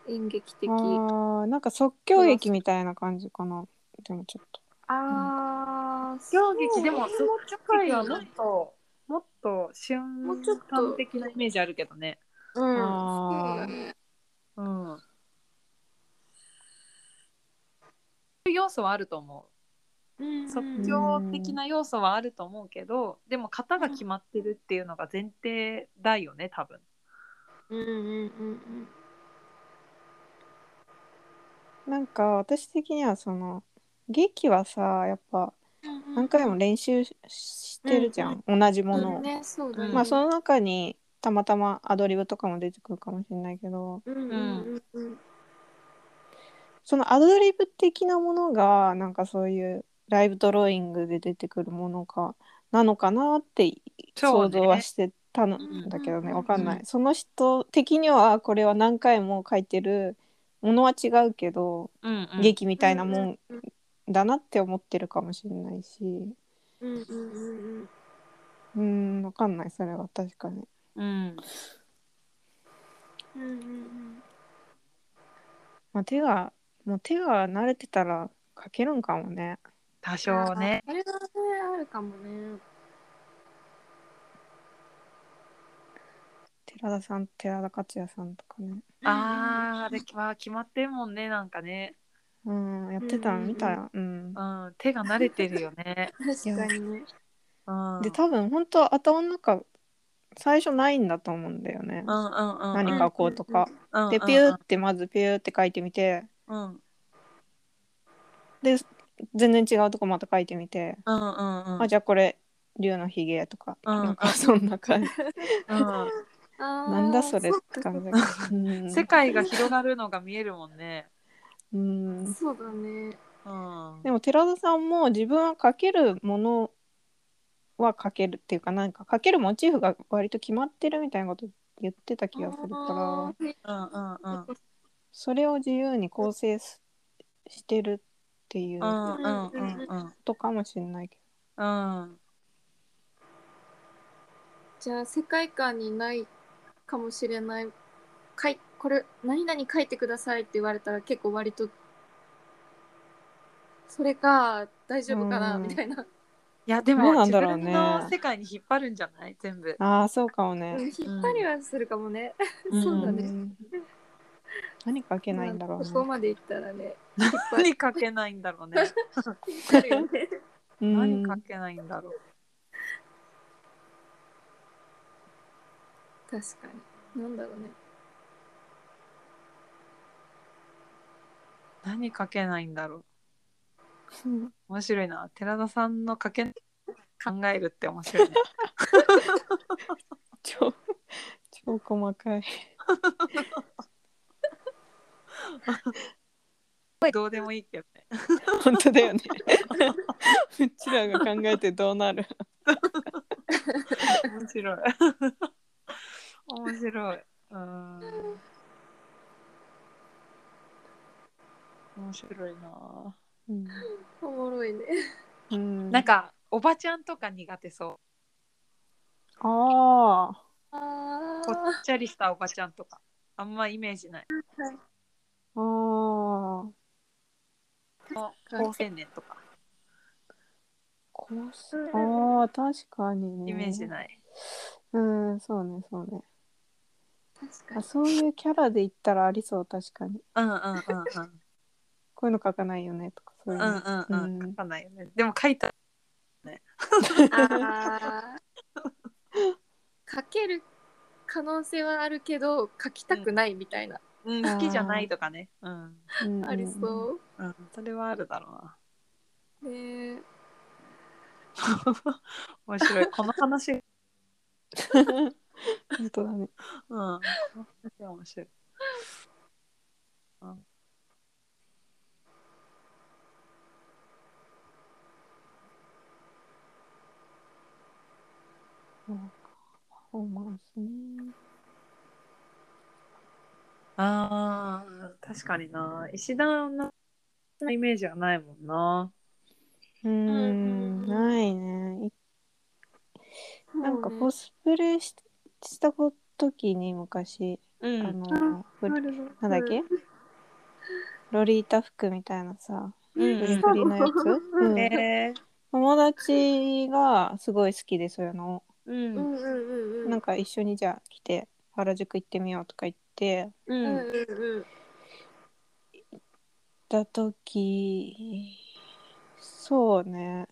S3: 演劇的
S2: あーなんか即興劇みたいな感じかな。でもちょっと。
S3: ああ
S1: 競技でも
S3: そ
S1: そっ
S3: う
S1: ち界はもっともっと瞬間的なイメージあるけどね。
S3: うんそう
S2: あ
S3: だ
S2: ー
S3: ね
S1: うん。要素はあると思う。
S3: うん
S1: 即興的な要素はあると思うけど、でも型が決まってるっていうのが前提だよね多分。
S3: うんうんうん
S2: なんか私的にはその劇はさやっぱ
S3: うん
S2: 何回も練習ししてるじゃん、同じものを、
S3: ね、そうだね。
S2: まあその中にたまたまアドリブとかも出てくるかもしれないけど
S3: うんうんうんうん
S2: そのアドリブ的なものがなんかそういうライブドローイングで出てくるものかなのかなって
S1: そうね
S2: 想像はしてたの
S3: うん
S2: だけどね
S3: うん
S2: わかんない、
S1: う
S2: その人的にはこれは何回も書いてるものは違うけど、
S1: うん、
S2: 劇みたいなもん
S3: うん
S2: だなって思ってるかもしれないし。
S3: うんうんうんうん。
S2: うーん、わかんない、それは確かに。
S1: うん、
S3: うんうんうん
S2: まあ、手が、もう手が慣れてたら書けるんかもね。
S1: 多少ね。
S3: あれがね、あるかもね。
S2: 寺田さん、寺田克也さんとかね。
S1: ああ、あれは決まってるもんねなんかね。
S2: うん、やってたの
S3: うんうんうん
S2: 見たら、うん
S1: う。ん、手が慣れてるよ ね。
S3: 確かにね。
S1: うん、
S2: で、多分、本当は頭の中、最初ないんだと思うんだよね
S1: う。んうんうん。
S2: 何書こうとか。
S1: うん
S2: で、ピューって、まずピューって書いてみて、
S1: うんうん
S2: で、全然違うとこまた書いてみて、
S1: うんうん。
S2: あ、じゃあこれ、竜のひげとか、
S1: うん
S2: なんか そん な感じ。
S1: うん
S3: な
S2: なんだそれって感じだけ ど。うん
S1: 世界が広がるのが見えるもんね。
S2: うん。
S3: そうだね。
S1: うん。
S2: でも寺田さんも自分は描けるものは描けるっていうかなんか描けるモチーフが割と決まってるみたいなこと言ってた気がするから
S3: ら。
S1: うんうんうん。
S2: それを自由に構成すしてるっていう
S1: う
S2: こ
S1: んうんうんうん
S2: とかもしれないけ
S1: うん。
S3: じゃあ、世界観にないかもしれない。かいこれ、何々書いてくださいって言われたら結構割と、それか、大丈夫かな
S2: うん
S3: みたいな。
S1: いやで
S2: ど
S1: も
S2: うなん
S1: 自
S2: だろう
S1: 分
S2: ね
S1: の世界に引っ張るんじゃない全部。
S2: どああそうかも
S3: うん
S2: ね、
S3: 引っ張りはするかもね。
S1: そ
S3: そうう
S1: だ
S3: だ
S1: ね。
S3: ね
S2: ん何描けないんだろうね
S3: ここまで行ったらね。
S1: 何かけないんだろうね。
S3: 引っ張るよね。
S2: うん
S1: 何かけないんだろう。
S3: 確かに。なんだろうね。
S1: 何書けないんだろう
S2: うん
S1: 面白いな寺田さんの書け考えるって面白いね
S2: 超超細かい
S1: どうでもいいけど ね
S2: 本当だよねうちらが考えてどうなる
S1: 面白い面白いうん面白いな
S2: うん、
S3: おも ろいね。
S2: うん、
S1: なんかおばちゃんとか苦手そう
S2: ああ
S3: あ
S1: ぽっちゃりしたおばちゃんとかあんまイメージない
S2: ああ
S1: 高青年とか
S2: こうすああ確かにね
S1: イメージない
S2: うんそうねそうね
S3: 確か
S2: あそういうキャラで言ったらありそう確かに
S1: うんうんうんうん
S2: こういうの書かないよねとかそういう
S1: う
S2: の、
S1: んうんうん書かないよねでも書いた
S3: に。あー書ける可能性はあるけど書きたくないみたいな、
S1: うん好きじゃないとかねうん
S2: うん
S3: ありそう。
S1: うんそれはあるだろうな
S3: ねえ
S1: 面白いこの話うん
S2: 本当だね
S1: この話は面白い
S2: パフォーマンスね
S1: あー確かにな石田のイメージはないもんな
S2: うー
S3: ん
S2: ん、ないね。いなんかコスプレしした時に昔、
S1: う
S2: あ
S1: ん
S2: の、ふ
S3: な
S2: なん
S3: るほど
S2: だっけロリータ服みたいなさ、
S1: う
S2: フリ
S1: ん
S2: フリのやつ、うん
S1: え
S2: 友達がすごい好きでそういうのを、
S1: う
S3: うんんうんうんうん
S2: なんか一緒にじゃあ来て原宿行ってみようとか言って
S1: う
S3: うんうんんうん
S2: 行った時そうね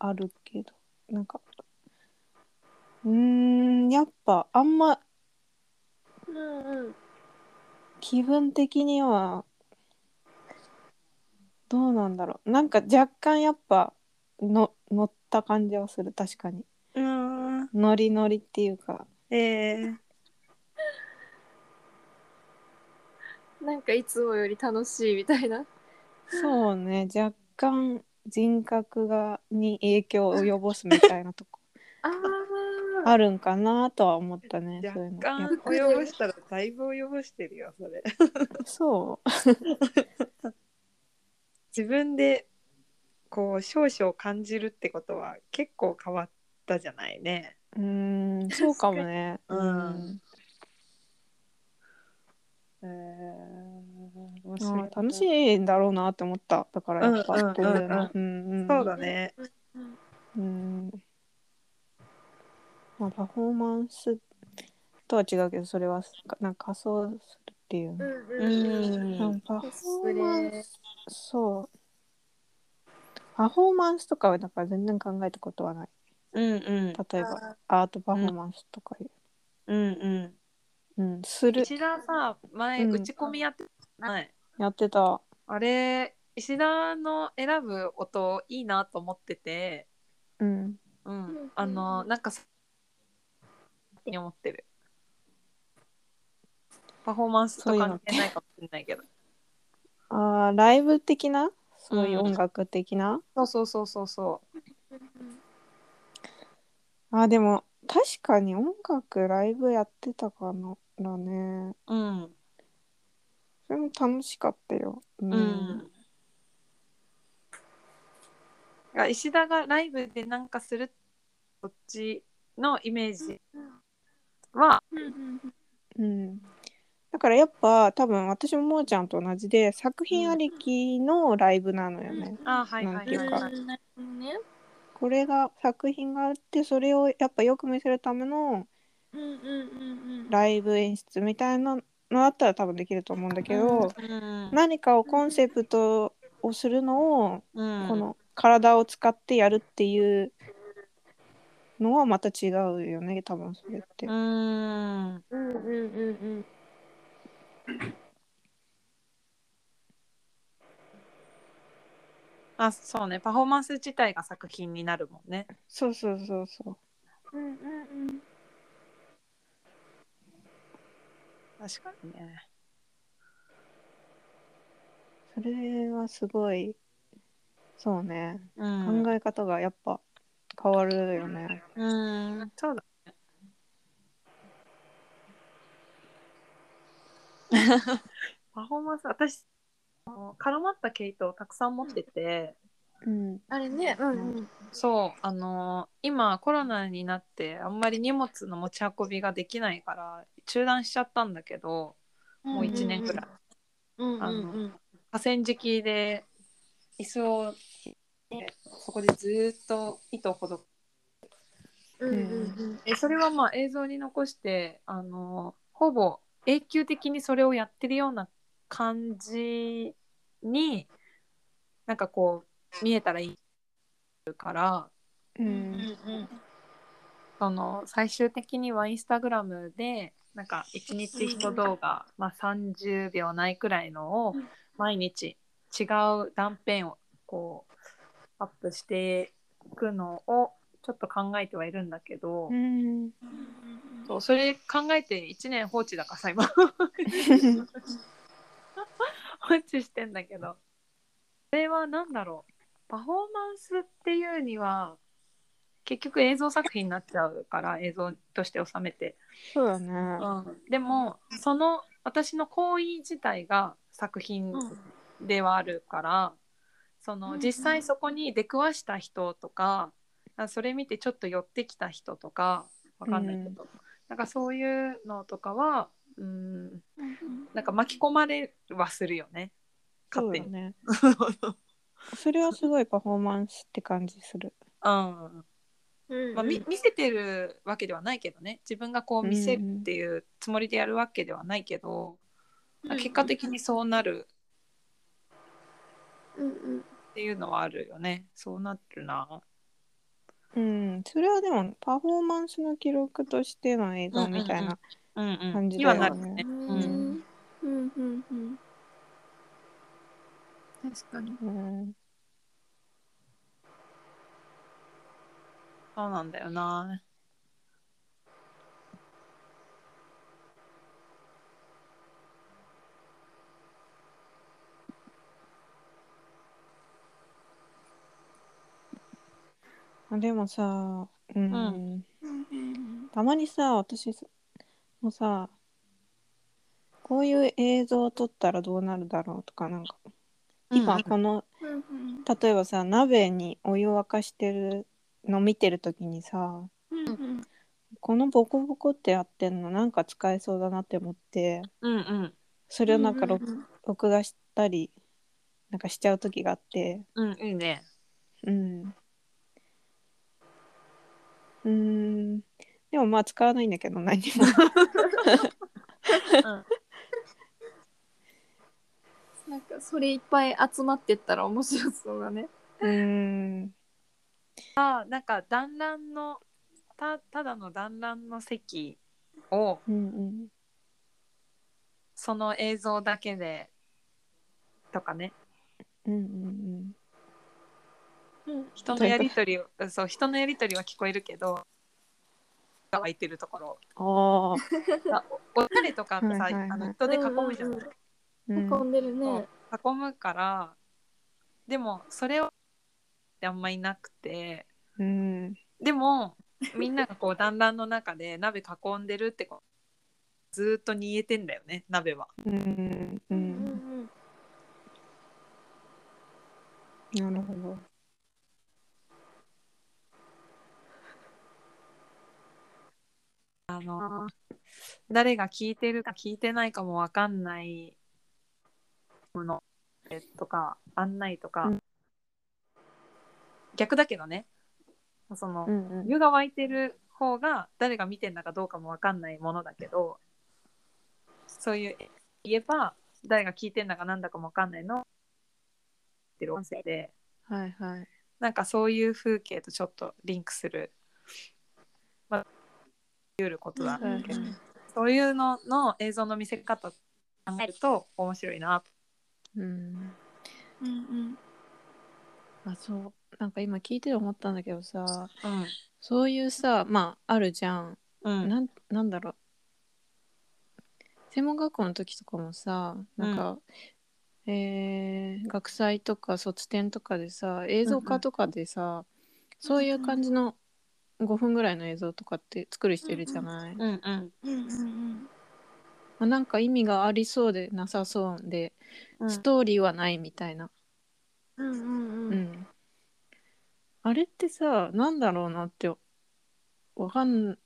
S2: あるけどなんかうーんやっぱあんま
S3: うんうん
S2: 気分的にはどうなんだろうなんか若干やっぱの乗った感じはする確かに
S1: うん
S2: ノリノリっていうか
S1: えー
S3: なんかいつもより楽しいみたいな。
S2: そうね若干人格がに影響を及ぼすみたいなと こ
S3: ああ。
S2: あるんかなとは思ったねそういう
S1: 若
S2: のやっ
S1: 干
S2: ぱ
S1: 及ぼしたらだいぶ及ぼしてるよそれ
S2: そう
S1: 自分でこう少々感じるってことは結構変わったじゃないね
S2: うーんそうかもね
S1: うんえー、面
S2: あ
S1: 白い
S2: ー楽しいんだろうなって思っただからやっぱ
S1: うん
S2: こういうの
S1: う
S2: うんうん
S1: そうだね
S2: うんまあ、パフォーマンスとは違うけどそれはなんか仮装するっていう
S3: う
S2: ね、
S3: んうんうん。
S2: な
S1: うんん
S2: かパ
S3: コス
S2: フォ
S3: プ
S2: ーマン
S3: レ
S2: ス。そうパフォーマンスとかはなんか全然考えたことはない
S1: うんうん
S2: 例えばアートパフォーマンスとかいう、
S1: うんうん
S2: うんする
S1: 石田さ前
S2: うん
S1: 打ち込みやってない、
S2: やってた
S1: あれ石田の選ぶ音いいなと思ってて
S2: うん
S1: う
S3: うんうん
S1: んあのなんかに思ってるパフォーマンスと関係ないかもしれないけど
S2: あーライブ的なそういう音楽的な、
S1: そうそうそうそうそ
S2: あーでも確かに音楽ライブやってたかならね
S1: ううん
S2: それも楽しかったよ
S1: う、ん。が石田がライブでなんかするそっちのイメージは、
S2: うん、だからやっぱ多分私ももーちゃんと同じで作品ありきのライブなのよね。
S1: あはい
S2: なん
S1: は
S2: て
S1: い
S2: い
S1: は
S2: う
S1: い
S2: か
S1: はい。
S3: ね。
S2: これが作品があってそれをやっぱよく見せるための
S3: うんうんうんうん。
S2: ライブ演出みたいなのだったら多分できると思うんだけど、
S1: うん
S2: 何かをコンセプトをするのを
S1: うん
S2: この体を使ってやるっていうのはまた違うよね多分それって
S1: う。ん
S3: うんうんうんうん。
S1: あそうねパフォーマンス自体が作品になるもんね
S2: そうそうそうそう。
S3: うんうんうん。
S1: 確かにね
S2: それはすごい、そうね。
S1: うん
S2: 考え方がやっぱ変わるよね。
S1: うんそうだ ねパフォーマンス私あの絡まった毛糸をたくさん持ってて、
S2: うん。
S3: あれね、うんうん。
S1: そうあの今コロナになってあんまり荷物の持ち運びができないから中断しちゃったんだけどもう1年くらい、
S3: うんうん
S1: あ
S3: うん。
S1: 河川敷で椅子を引いてそこでずーっと糸をほどく
S3: うんうん
S1: えそれはまあ映像に残してあのほぼ永久的にそれをやってるような感じになんかこう見えたらいいから
S2: う。
S3: うん。うんん
S1: その最終的にはインスタグラムでなんか1日1動画、まあ、30秒ないくらいのを
S3: うん
S1: 毎日違う断片をこうアップしていくのをちょっと考えてはいるんだけど。
S2: うん。
S1: そうそれ考えて1年放置だからさ今 放置してんだけどそれは何だろうパフォーマンスっていうには結局映像作品になっちゃうから映像として収めて、
S2: そうだね。
S1: うん、でもその私の行為自体が作品
S3: うん
S1: ではあるから、そ
S3: うんう
S1: の
S3: ん
S1: 実際そこに出くわした人とか、あそれ見てちょっと寄ってきた人とかわかんないけど、なんかそういうのとかはうんなんか巻き込まれはするよね
S2: そう
S1: 勝手
S2: だ
S1: に。
S2: ね。それはすごいパフォーマンスって感じする。
S1: うん
S3: うん。
S1: まあ、み見せてるわけではないけどね自分がこう見せるっていうつもりでやるわけではないけど、まあ結果的にそうなる
S3: うんうん。
S1: っていうのはあるよねそうなってるな。
S2: うん。それはでもパフォーマンスの記録としての映像みたいな。
S1: うんうん、
S2: 感じだ
S1: に
S2: よ
S1: はな
S2: ね
S1: るよね。
S3: う
S1: うん
S3: んうんうんうん。確かに。
S2: うん。
S1: そうなんだよな。
S2: あでもさ、うん。
S1: う
S2: たまにさ、私もさ、こういう映像を撮ったらどうなるだろうとかなんか今この
S3: うんうん
S2: 例えばさ鍋にお湯を沸かしてるの見てる時にさ
S3: うんうん。
S2: このボコボコってやってんのなんか使えそうだなって思って
S1: うんうん
S2: それをなんか録,、
S3: うん
S2: 録画したりなんかしちゃう時があって
S1: うんいいね。
S2: うんうーんでもまあ使わないんだけど何に も
S3: なんかそれいっぱい集まってったら面白そうだね。
S2: うーん
S1: あなんか団らんのたただの団らんの席を
S2: うんうん
S1: その映像だけでとかね
S2: うんうん
S3: うん
S1: 人のやりとりをそう人のやりとりは聞こえるけどが湧いてるところ
S2: ああ
S1: おしゃれとかさ
S2: はいはいはい
S1: あの人で囲むじゃない、
S3: うん囲んでるね。
S1: 囲むからでもそれをってあんまいなくて
S2: うん
S1: でもみんながこう団らんの中で鍋囲んでるってこうずーっと煮えてんだよね鍋は。
S2: うんう
S3: うんん
S2: なるほど
S1: あの誰が聞いてるか聞いてないかもわかんないものえとか案内とか、
S2: うん
S1: 逆だけどねその、
S2: うんうん
S1: 湯が沸いてる方が誰が見てんだかどうかもわかんないものだけどそういう言えば誰が聞いてんだかなんだかもわかんないのってる音声で
S2: はいはい
S1: なんかそういう風景とちょっとリンクする、まあ、言うることだ
S2: はいはい
S1: そういうのの映像の見せ方考えると面白いな
S2: うん
S3: うんうん。
S2: あそうなんか今聞いてて思ったんだけどさ
S1: うん
S2: そういうさまああるじゃん、
S1: うん
S2: なんなんだろう専門学校の時とかもさなんか、えー学祭とか卒展とかでさ映像化とかでさ、そういう感じの5分ぐらいの映像とかって作る人いるじゃない、ま
S1: うんうん
S2: あ、なんか意味がありそうでなさそうで、
S1: うん
S2: ストーリーはないみたいなうん、あれってさなんだろうなってわかん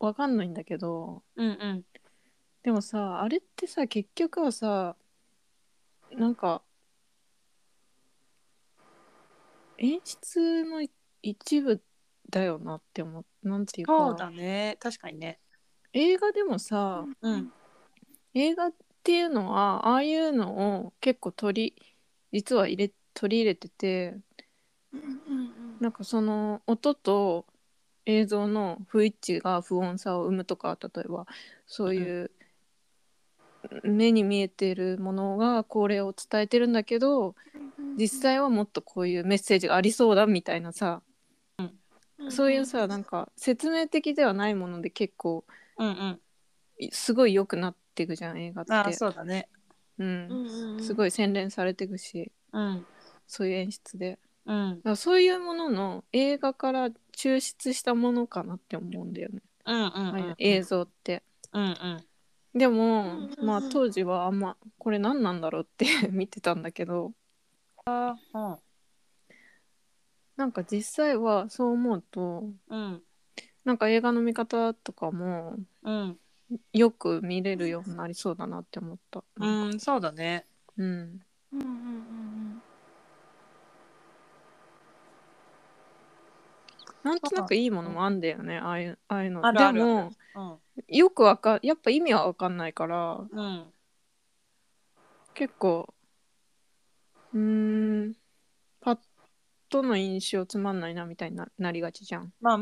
S2: わかんないんだけど
S1: うん
S2: でもさあれってさ結局はさなんか演出の一部だよなって思うなんていう
S1: そう
S2: か
S1: だね確かにね
S2: 映画でもさ
S1: うん
S2: 映画っていうのはああいうのを結構取り実は入れ取り入れててなんかその音と映像の不一致が不穏さを生むとか例えばそういう目に見えてるものがこれを伝えてるんだけど実際はもっとこういうメッセージがありそうだみたいなさそういうさなんか説明的ではないもので結構
S1: うんうん
S2: いすごい良くなっていくじゃん映画って。
S1: ああそうだね
S2: うん、すごい洗練されていくし
S1: うん
S2: そういう演出で。
S1: うん
S2: だからそういうものの映画から抽出したものかなって思うんだよね、
S1: うんうん
S2: ああいう
S1: うん
S2: 映像って。
S1: うんうん
S2: でも、
S3: うんうんうん
S2: まあ当時はあんまこれ何なんだろうって 見てたんだけど
S1: ああ
S2: なんか実際はそう思うと
S1: うん
S2: なんか映画の見方とかも
S1: うん
S2: よく見れるようになりそうだなって思った。
S1: うんそうだね
S2: うん、なんとなくいいものもあんだよねああいうああいうの。
S1: あるある
S2: でも
S1: うん
S2: よくわかやっぱ意味はわかんないから
S1: うん
S2: 結構うーんパッとの印象つまんないなみたいにななりがちじゃん
S1: まあ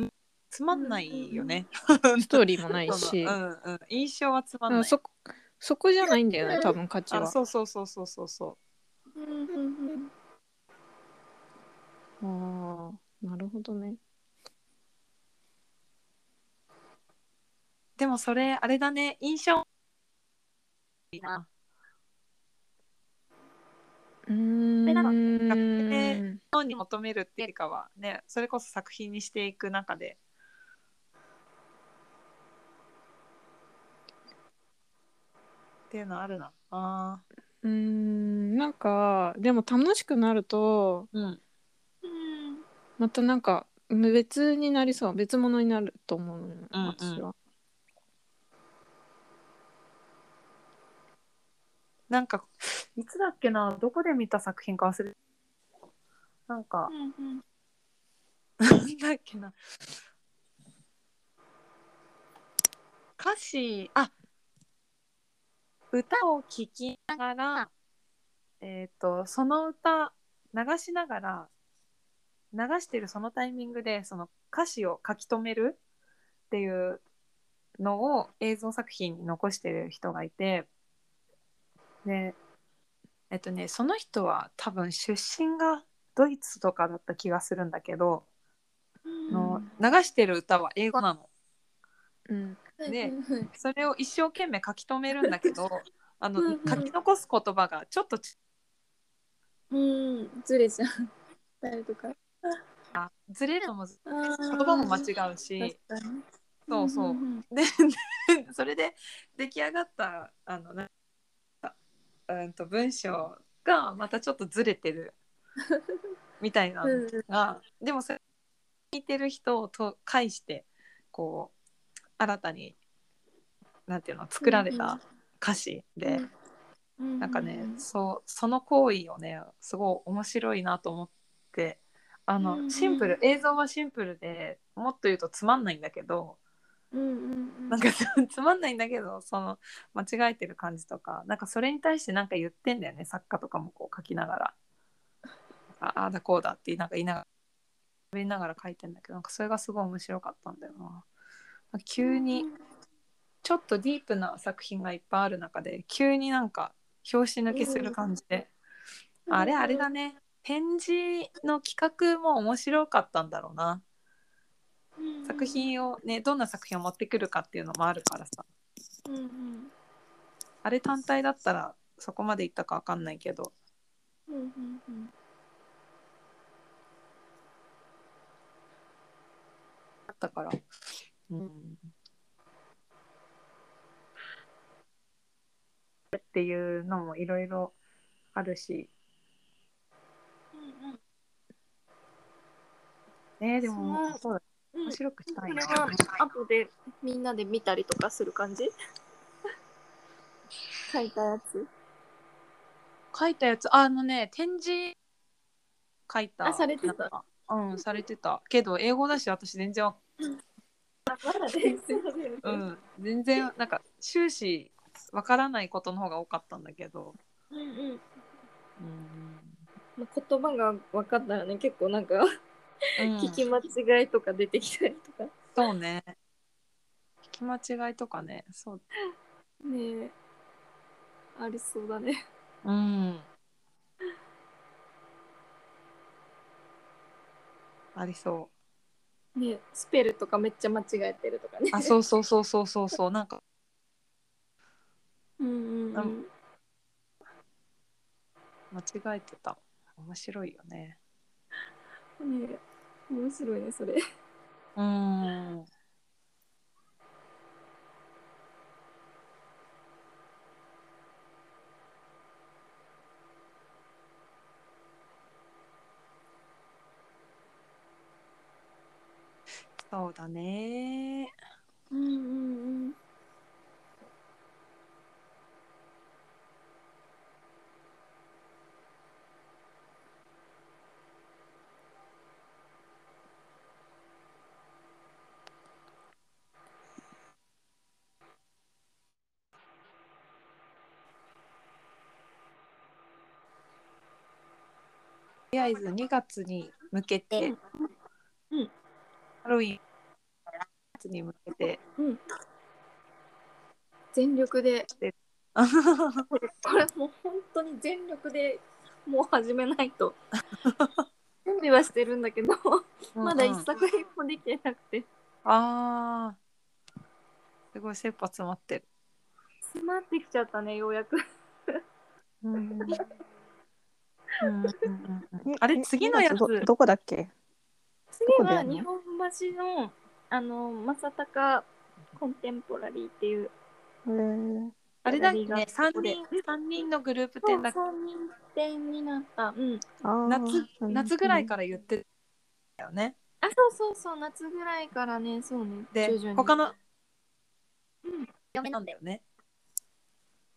S1: つまんないよね
S2: ストーリーもないし、
S1: うんうん印象はつまん
S2: う
S1: なんい
S2: そこそこじゃないんだよね多分価値
S1: あ
S2: は
S1: そうそうそうそうそうそ
S2: あーなるほどね
S1: うでもそれあれだね印象いいな
S2: うーん
S1: なんか
S2: うん
S1: 本に求めるっていうよりかはねそれこそ作品にしていく中でっていうのあるなあ
S2: うーんなんかでも楽しくなると
S1: ーうん
S2: またなんか別になりそう別物になると思うのよ、
S1: うんうん
S2: 私は
S1: なんかいつだっけなどこで見た作品か忘れなんかなんだっけな歌詞あ歌を聴きながらえっ、とその歌流しながら流してるそのタイミングでその歌詞を書き留めるっていうのを映像作品に残してる人がいてでえっとねその人は多分出身がドイツとかだった気がするんだけど、の流してる歌は英語なの。
S2: うん
S1: それを一生懸命書き留めるんだけ どあの
S3: うんうん
S1: 書き残す言葉がちょっとちあずれるのもず言葉も間違うしそうそう。でそれで 出来上がったあのなんかうんと文章がまたちょっとずれて るみたいなのが、でもそれ聞いてる人をと介してこう新たになんていうの作られた歌詞で。なんかね、そうその行為をねすごい面白いなと思ってあの、
S3: うんうん
S1: シンプル映像はシンプルでもっと言うとつまんないんだけどなんか つまんないんだけどその間違えてる感じとかなんかそれに対してなんか言ってんだよね作家とかもこう書きながらああーだこうだってなんか言いながら喋りながら書いてんだけどなんかそれがすごい面白かったんだよな。急にちょっとディープな作品がいっぱいある中で急になんか拍子抜けする感じで、
S3: うん
S1: あれあれだね展示の企画も面白かったんだろうな
S3: うん
S1: 作品をねどんな作品を持ってくるかっていうのもあるからさ
S3: うんうん
S1: あれ単体だったらそこまでいったかわかんないけど
S3: うんうんうん
S1: あったから、うん、っていうのもいろいろあるしねでも
S3: そう
S1: そうだ
S3: うん
S1: 面白くした
S3: こ
S1: い
S3: れ
S1: な、
S3: は後でみんなで見たりとかする感 じ書いたやつ
S1: 書いたやつあのね展示書いた
S3: あされてた
S1: なんかうんされてたけど英語だし私全然わ
S3: あまだですよね
S1: うん全然なんか終始わからないことの方が多かったんだけど、
S3: うんうん
S1: うん
S3: まあ言葉が分かったらね結構なんか
S1: うん
S3: 聞き間違いとか出てきたりとか
S1: そうね聞き間違いとかねそう
S3: ねえありそうだね
S1: うん。ありそ
S3: ねえスペルとかめっちゃ間違えてるとかね
S1: う。あ、そうそうそうそうそうそう、なんか、
S3: うんうんうん
S1: 間違えてた。面白いよね。
S3: ねえ面白いねそれ
S1: うん。そうだね。
S3: うんうんうん
S1: とりあえず2月に向けて、
S3: うんうん
S1: ハロウィン2月に向け て
S3: 全力で
S1: そ
S3: これこれもう本当に全力でもう始めないと準備はしてるんだけどまだ一作品もできてなくて
S1: ああすごい切羽詰まってる、
S3: 詰まってきちゃったねようやく
S1: うんうんうんうんうん
S2: に
S1: あれ
S2: に
S1: 次のやつ
S2: どどこだっけ
S3: 次
S2: こだ
S3: は
S2: よね
S3: 日本橋のあの正隆コンテンポラリーっていう
S2: えー
S1: あれだっけね
S3: そこ
S1: 3
S3: で
S1: 人三人のグループ
S3: そう
S1: 展だっけ
S3: 3人展になったうん
S2: あー
S1: 夏夏ぐらい
S2: か。
S1: から言ってるんだよね
S3: あそうそうそう夏ぐらいからねそうね
S1: で
S3: 徐々に
S1: 他の
S3: うん
S1: やめなんだよね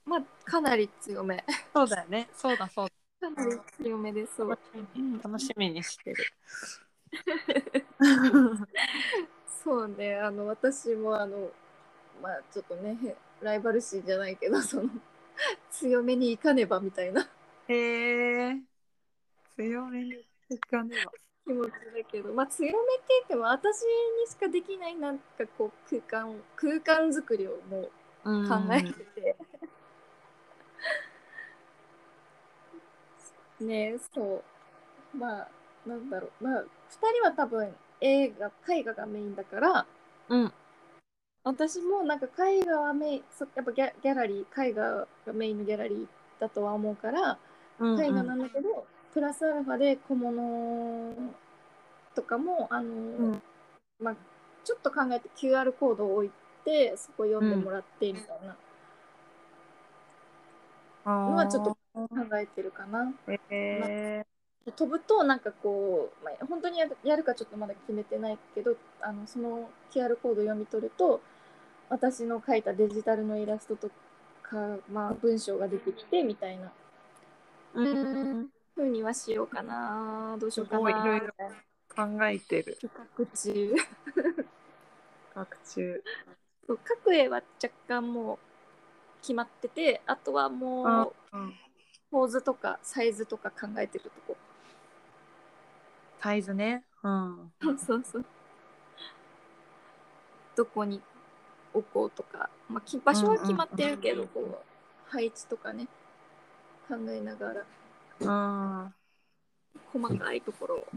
S3: まあかなり強め
S1: そうだよねそうだそう
S3: かなり強めですそう
S1: だ楽しみにしてる
S3: そうねあの私もあのまあちょっとねへライバル心じゃないけどその強めにいかねばみたいな
S1: へえ強めにいかねば
S3: 気持ちだけどまあ強めって言っても私にしかできないなんかこう空間空間作りをもう考えてて、ねえそうまあなんだろうまあ2人は多分映画絵画がメインだから
S1: うん
S3: 私もなんか絵画はメインそやっぱギャギャラリー絵画がメインのギャラリーだとは思うから
S1: うん
S3: 絵画なんだけど、プラスアルファで小物とかもあの、
S1: ん
S3: まあ、ちょっと考えて QR コードを置いてそこ読んでもらってみたいなのはちょっと考えてるかな。
S1: とへ
S3: 飛ぶとなんかこう、まあ、本当にやるやるかちょっとまだ決めてないけどあのその QR コード読み取ると私の描いたデジタルのイラストとか、まあ、文章が出てきてみたいな
S1: ーうん
S3: ふうにはしようかなどうしようか
S1: すごいい
S3: な
S1: ろいろ考えてる
S3: 各中
S1: 学中
S3: そう各絵は若干もう決まっててあとはもう構図とかサイズとか考えてるとこ
S1: サイズねうん
S3: そうそうそうどこに置こうとか、まあ、き場所は決まってるけど、
S1: うん
S3: こう配置とかね考えながら
S1: あ
S3: 細かいところを。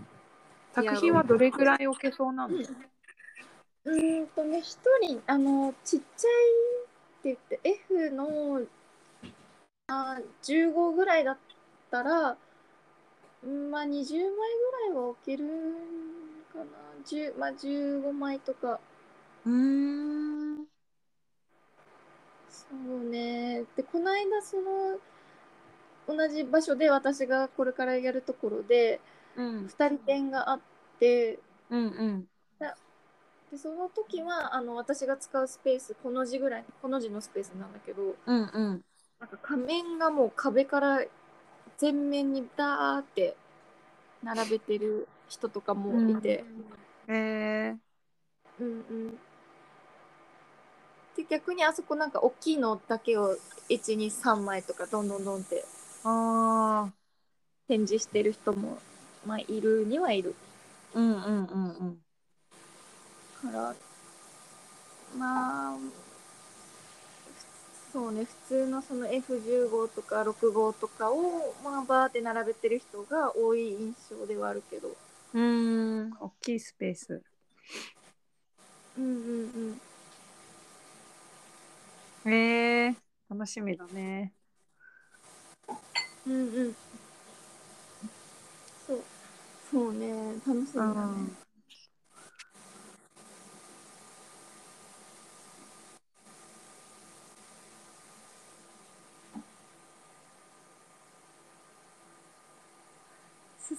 S1: 作品はどれくらい置けそうなの、
S3: うんうーんとね一人あのちっちゃいって言って F のあ15ぐらいだったらうんまあ20枚ぐらいは置けるかな10、まあ、15枚とか
S1: うん
S3: そうねでこの間その同じ場所で私がこれからやるところで
S1: うん
S3: 2人展があって
S1: うん
S3: でその時はあの私が使うスペースこの字ぐらいこの字のスペースなんだけど
S1: うんうん
S3: なんか仮面がもう壁から全面にダーって並べてる人とかもいて、
S1: えー、
S3: うんうんで逆にあそこなんか大きいのだけを123枚とかどんどんどんって
S1: あ
S3: 展示してる人も、まあ、いるにはいる
S1: ーうんうんうんうん
S3: からまあそうね普通のその F15 とか6号とかをまあバーって並べてる人が多い印象ではあるけど。
S1: うーん大きいスペース
S3: うんうんうん
S1: えー、楽しみだね
S3: うんうん。そう。そうね、楽しみだね。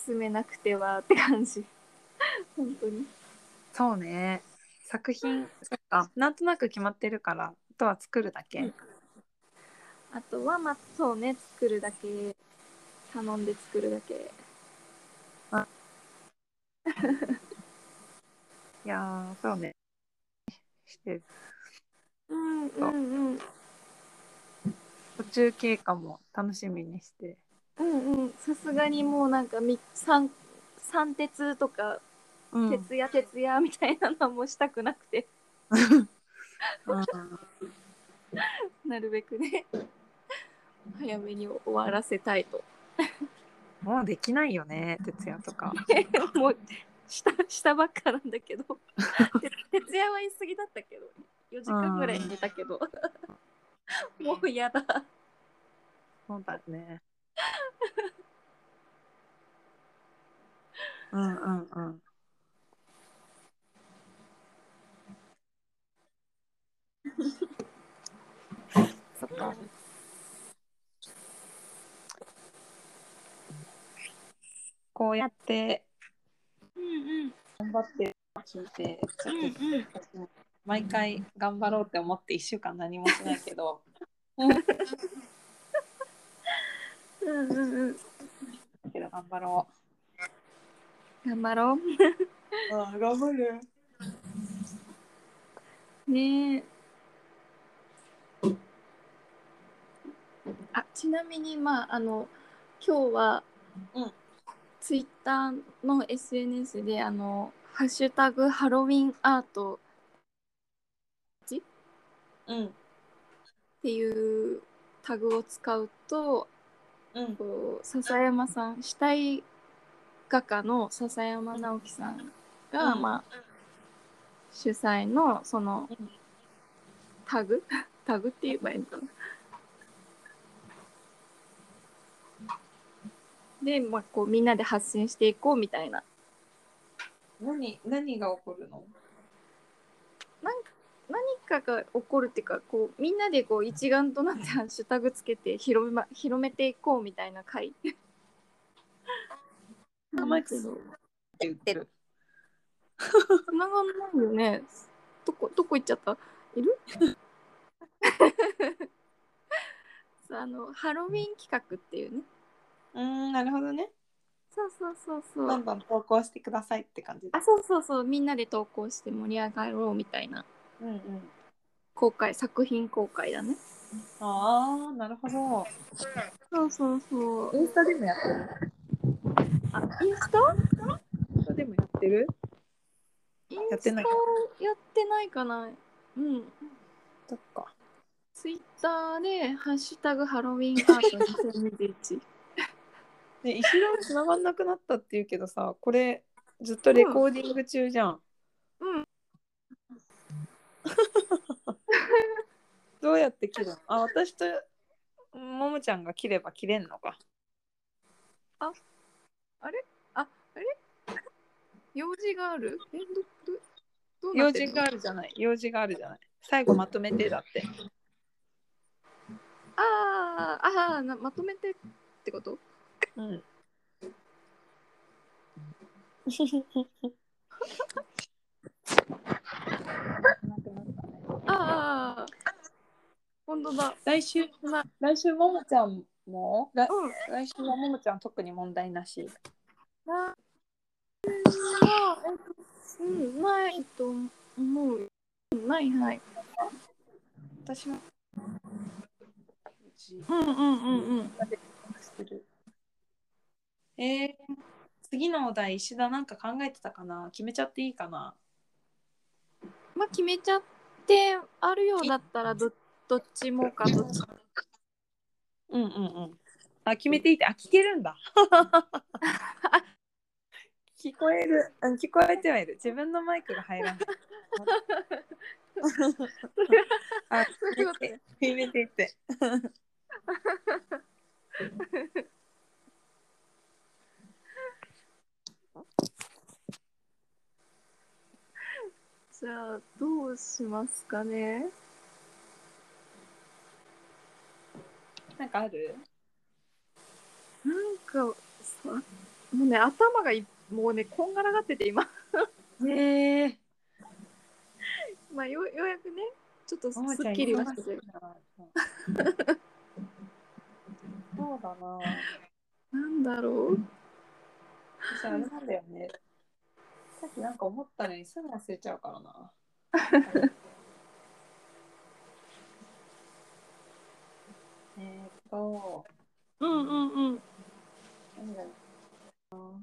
S3: 進めなくてはって感じ。本当に。
S1: そうね作品そっかなんとなく決まってるからあとは作るだけ、
S3: うんあとは、まあ、そうね、作るだけ。頼んで作るだけ。
S1: いやーそうねしてる
S3: うんうんんうん。
S1: 途中経過も楽しみにして
S3: うんうん。さすがにもうなんかみ、三、三鉄とか、
S1: うん
S3: 徹夜徹夜みたいなのはもうしたくなくて、
S1: うん
S3: なるべくね。早めに終わらせたいと。
S1: もうできないよね徹夜とか
S3: もう下下ばっかなんだけどて徹夜は言い過ぎだったけど4時間ぐらい寝たけど もう嫌だ
S1: そうだねうんうんうんそっかこうやって
S3: うんう
S1: 頑
S3: ん
S1: 張って聞いてちょっと
S3: うん
S1: 私も毎回頑張ろうって思って1週間何もしないけど
S3: うんうんうん
S1: だけど頑張ろ
S3: 頑張ろ
S1: う、うん、頑張る
S3: うねえあちなみにまああの今日は、
S1: うん
S3: ツイッターの SNS であの「ハッシュタグハロウィンアート」
S1: うん
S3: っていうタグを使うと
S1: うん
S3: こう笹山さん死体画家の笹山直樹さんが、
S1: うん
S3: まあ、主催のその
S1: うん
S3: タグ タグって言えばいいのかな。で、まあ、こうみんなで発信していこうみたいな
S1: 何何が起こるの
S3: 何かが起こるっていうかこうみんなでこう一丸となってハッシュタグつけて広め,、ま、広めていこうみたいな回。
S1: 名前つって言ってる。
S3: 繋がんないよね。どこどこ行っちゃった？い る？そうあのハロウィン企画っていうね。
S1: うーんなるほどね。
S3: そうそうそう
S1: ど
S3: そ
S1: ん
S3: う。
S1: どん投稿してくださいって感じ
S3: あそうそうそうみんなで投稿して盛り上がろうみたいな
S1: うんうん。
S3: 公開作品公開だね。
S1: ああなるほど。
S3: そうそうそう。
S1: インスタでもやってる。
S3: あインスタ？
S1: インスタでもやってる？
S3: イン
S1: やっ
S3: ス
S1: て
S3: タ
S1: ない
S3: やってないかな。うん。
S1: そっか。
S3: ツイッターでハッシュタグハロウィンアート2021。
S1: ね、一郎つながんなくなったっていうけどさこれずっとレコーディング中じゃん。うん。どうやって切るのあ私とももちゃんが切れば切れんのか。
S3: 用事があるえどどどうな
S1: 用
S3: って
S1: 事
S3: るの
S1: があるじゃない用事があるじゃない。最後まとめてだって。
S3: あーあーなまとめてってこと
S1: うん。
S3: あーあー本当だ
S1: 来週、
S3: まあ
S1: 来週ももちゃんも来
S3: うん
S1: 来週はももちゃん特に問題なし。
S3: あうんないと思ううんないない
S1: 私も。
S3: うんうんうんうん
S1: えー、次のお題、石田なんか考えてたかな決めちゃっていいかな
S3: まあ決めちゃってあるようだったらどどっちもかどっち
S1: うんうんうん。あ、決めていいって、あ、聞けるんだ。聞こえる、 うん、聞こえてはいる。自分のマイクが入らない。あ、
S3: そういうことね
S1: 決めていって。
S3: じゃあどうしますかね
S1: なんかある
S3: なんかさもうね頭がいもうねこんがらがってて今
S1: ねえ。
S3: まあようようやくねちょっとす
S1: ももちゃ
S3: っ
S1: ん
S3: きりは
S1: 忙
S3: して
S1: しい
S3: る
S1: なそうだな。
S3: なんだろう
S1: 私あれなんだよね。さっきなんか思ったのにすぐ忘れちゃうからな。えーっと、
S3: うんうんうん
S1: 何だろう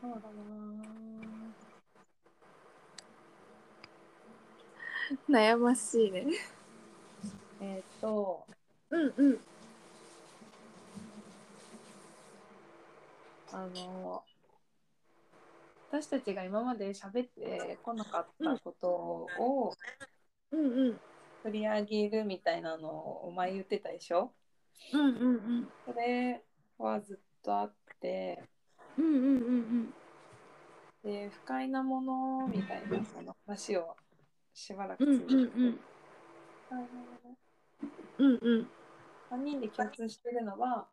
S1: そうだな。
S3: 悩ましいね
S1: えーっと、
S3: うんうん
S1: あの、私たちが今まで喋ってこなかったことを
S3: うんうん
S1: 取り上げるみたいなのをお前言ってたでしょ
S3: うんうんうん
S1: それはずっとあって
S3: うんうんうん
S1: で不快なものみたいなその話をしばらく
S3: うんうん
S1: 続
S3: う
S1: け
S3: ん
S1: て、
S3: うん
S1: 不快なもの
S3: うんうん
S1: 3人で共通してるのは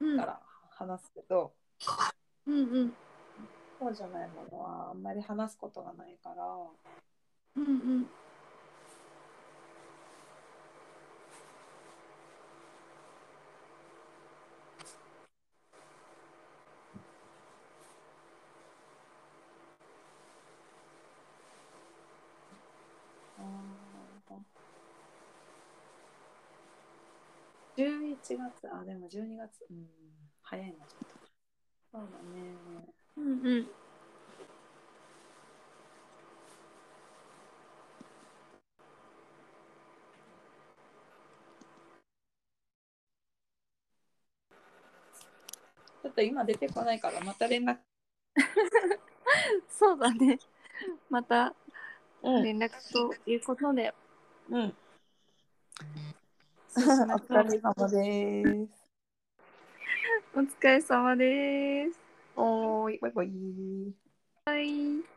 S3: うん
S1: から話すけど、
S3: うんうん
S1: そうじゃないものはあんまり話すことがないから
S3: うんうん
S1: うーん11月あでも12月うん早いなちょっとそうだね
S3: うんうん
S1: ちょっと今出てこないからまた連絡
S3: そうだねまた
S1: う
S3: 連絡ということで、
S1: うん
S3: そうしましょう
S1: 様です。
S3: お疲れ様です
S1: おーい、バイバイ。
S3: はい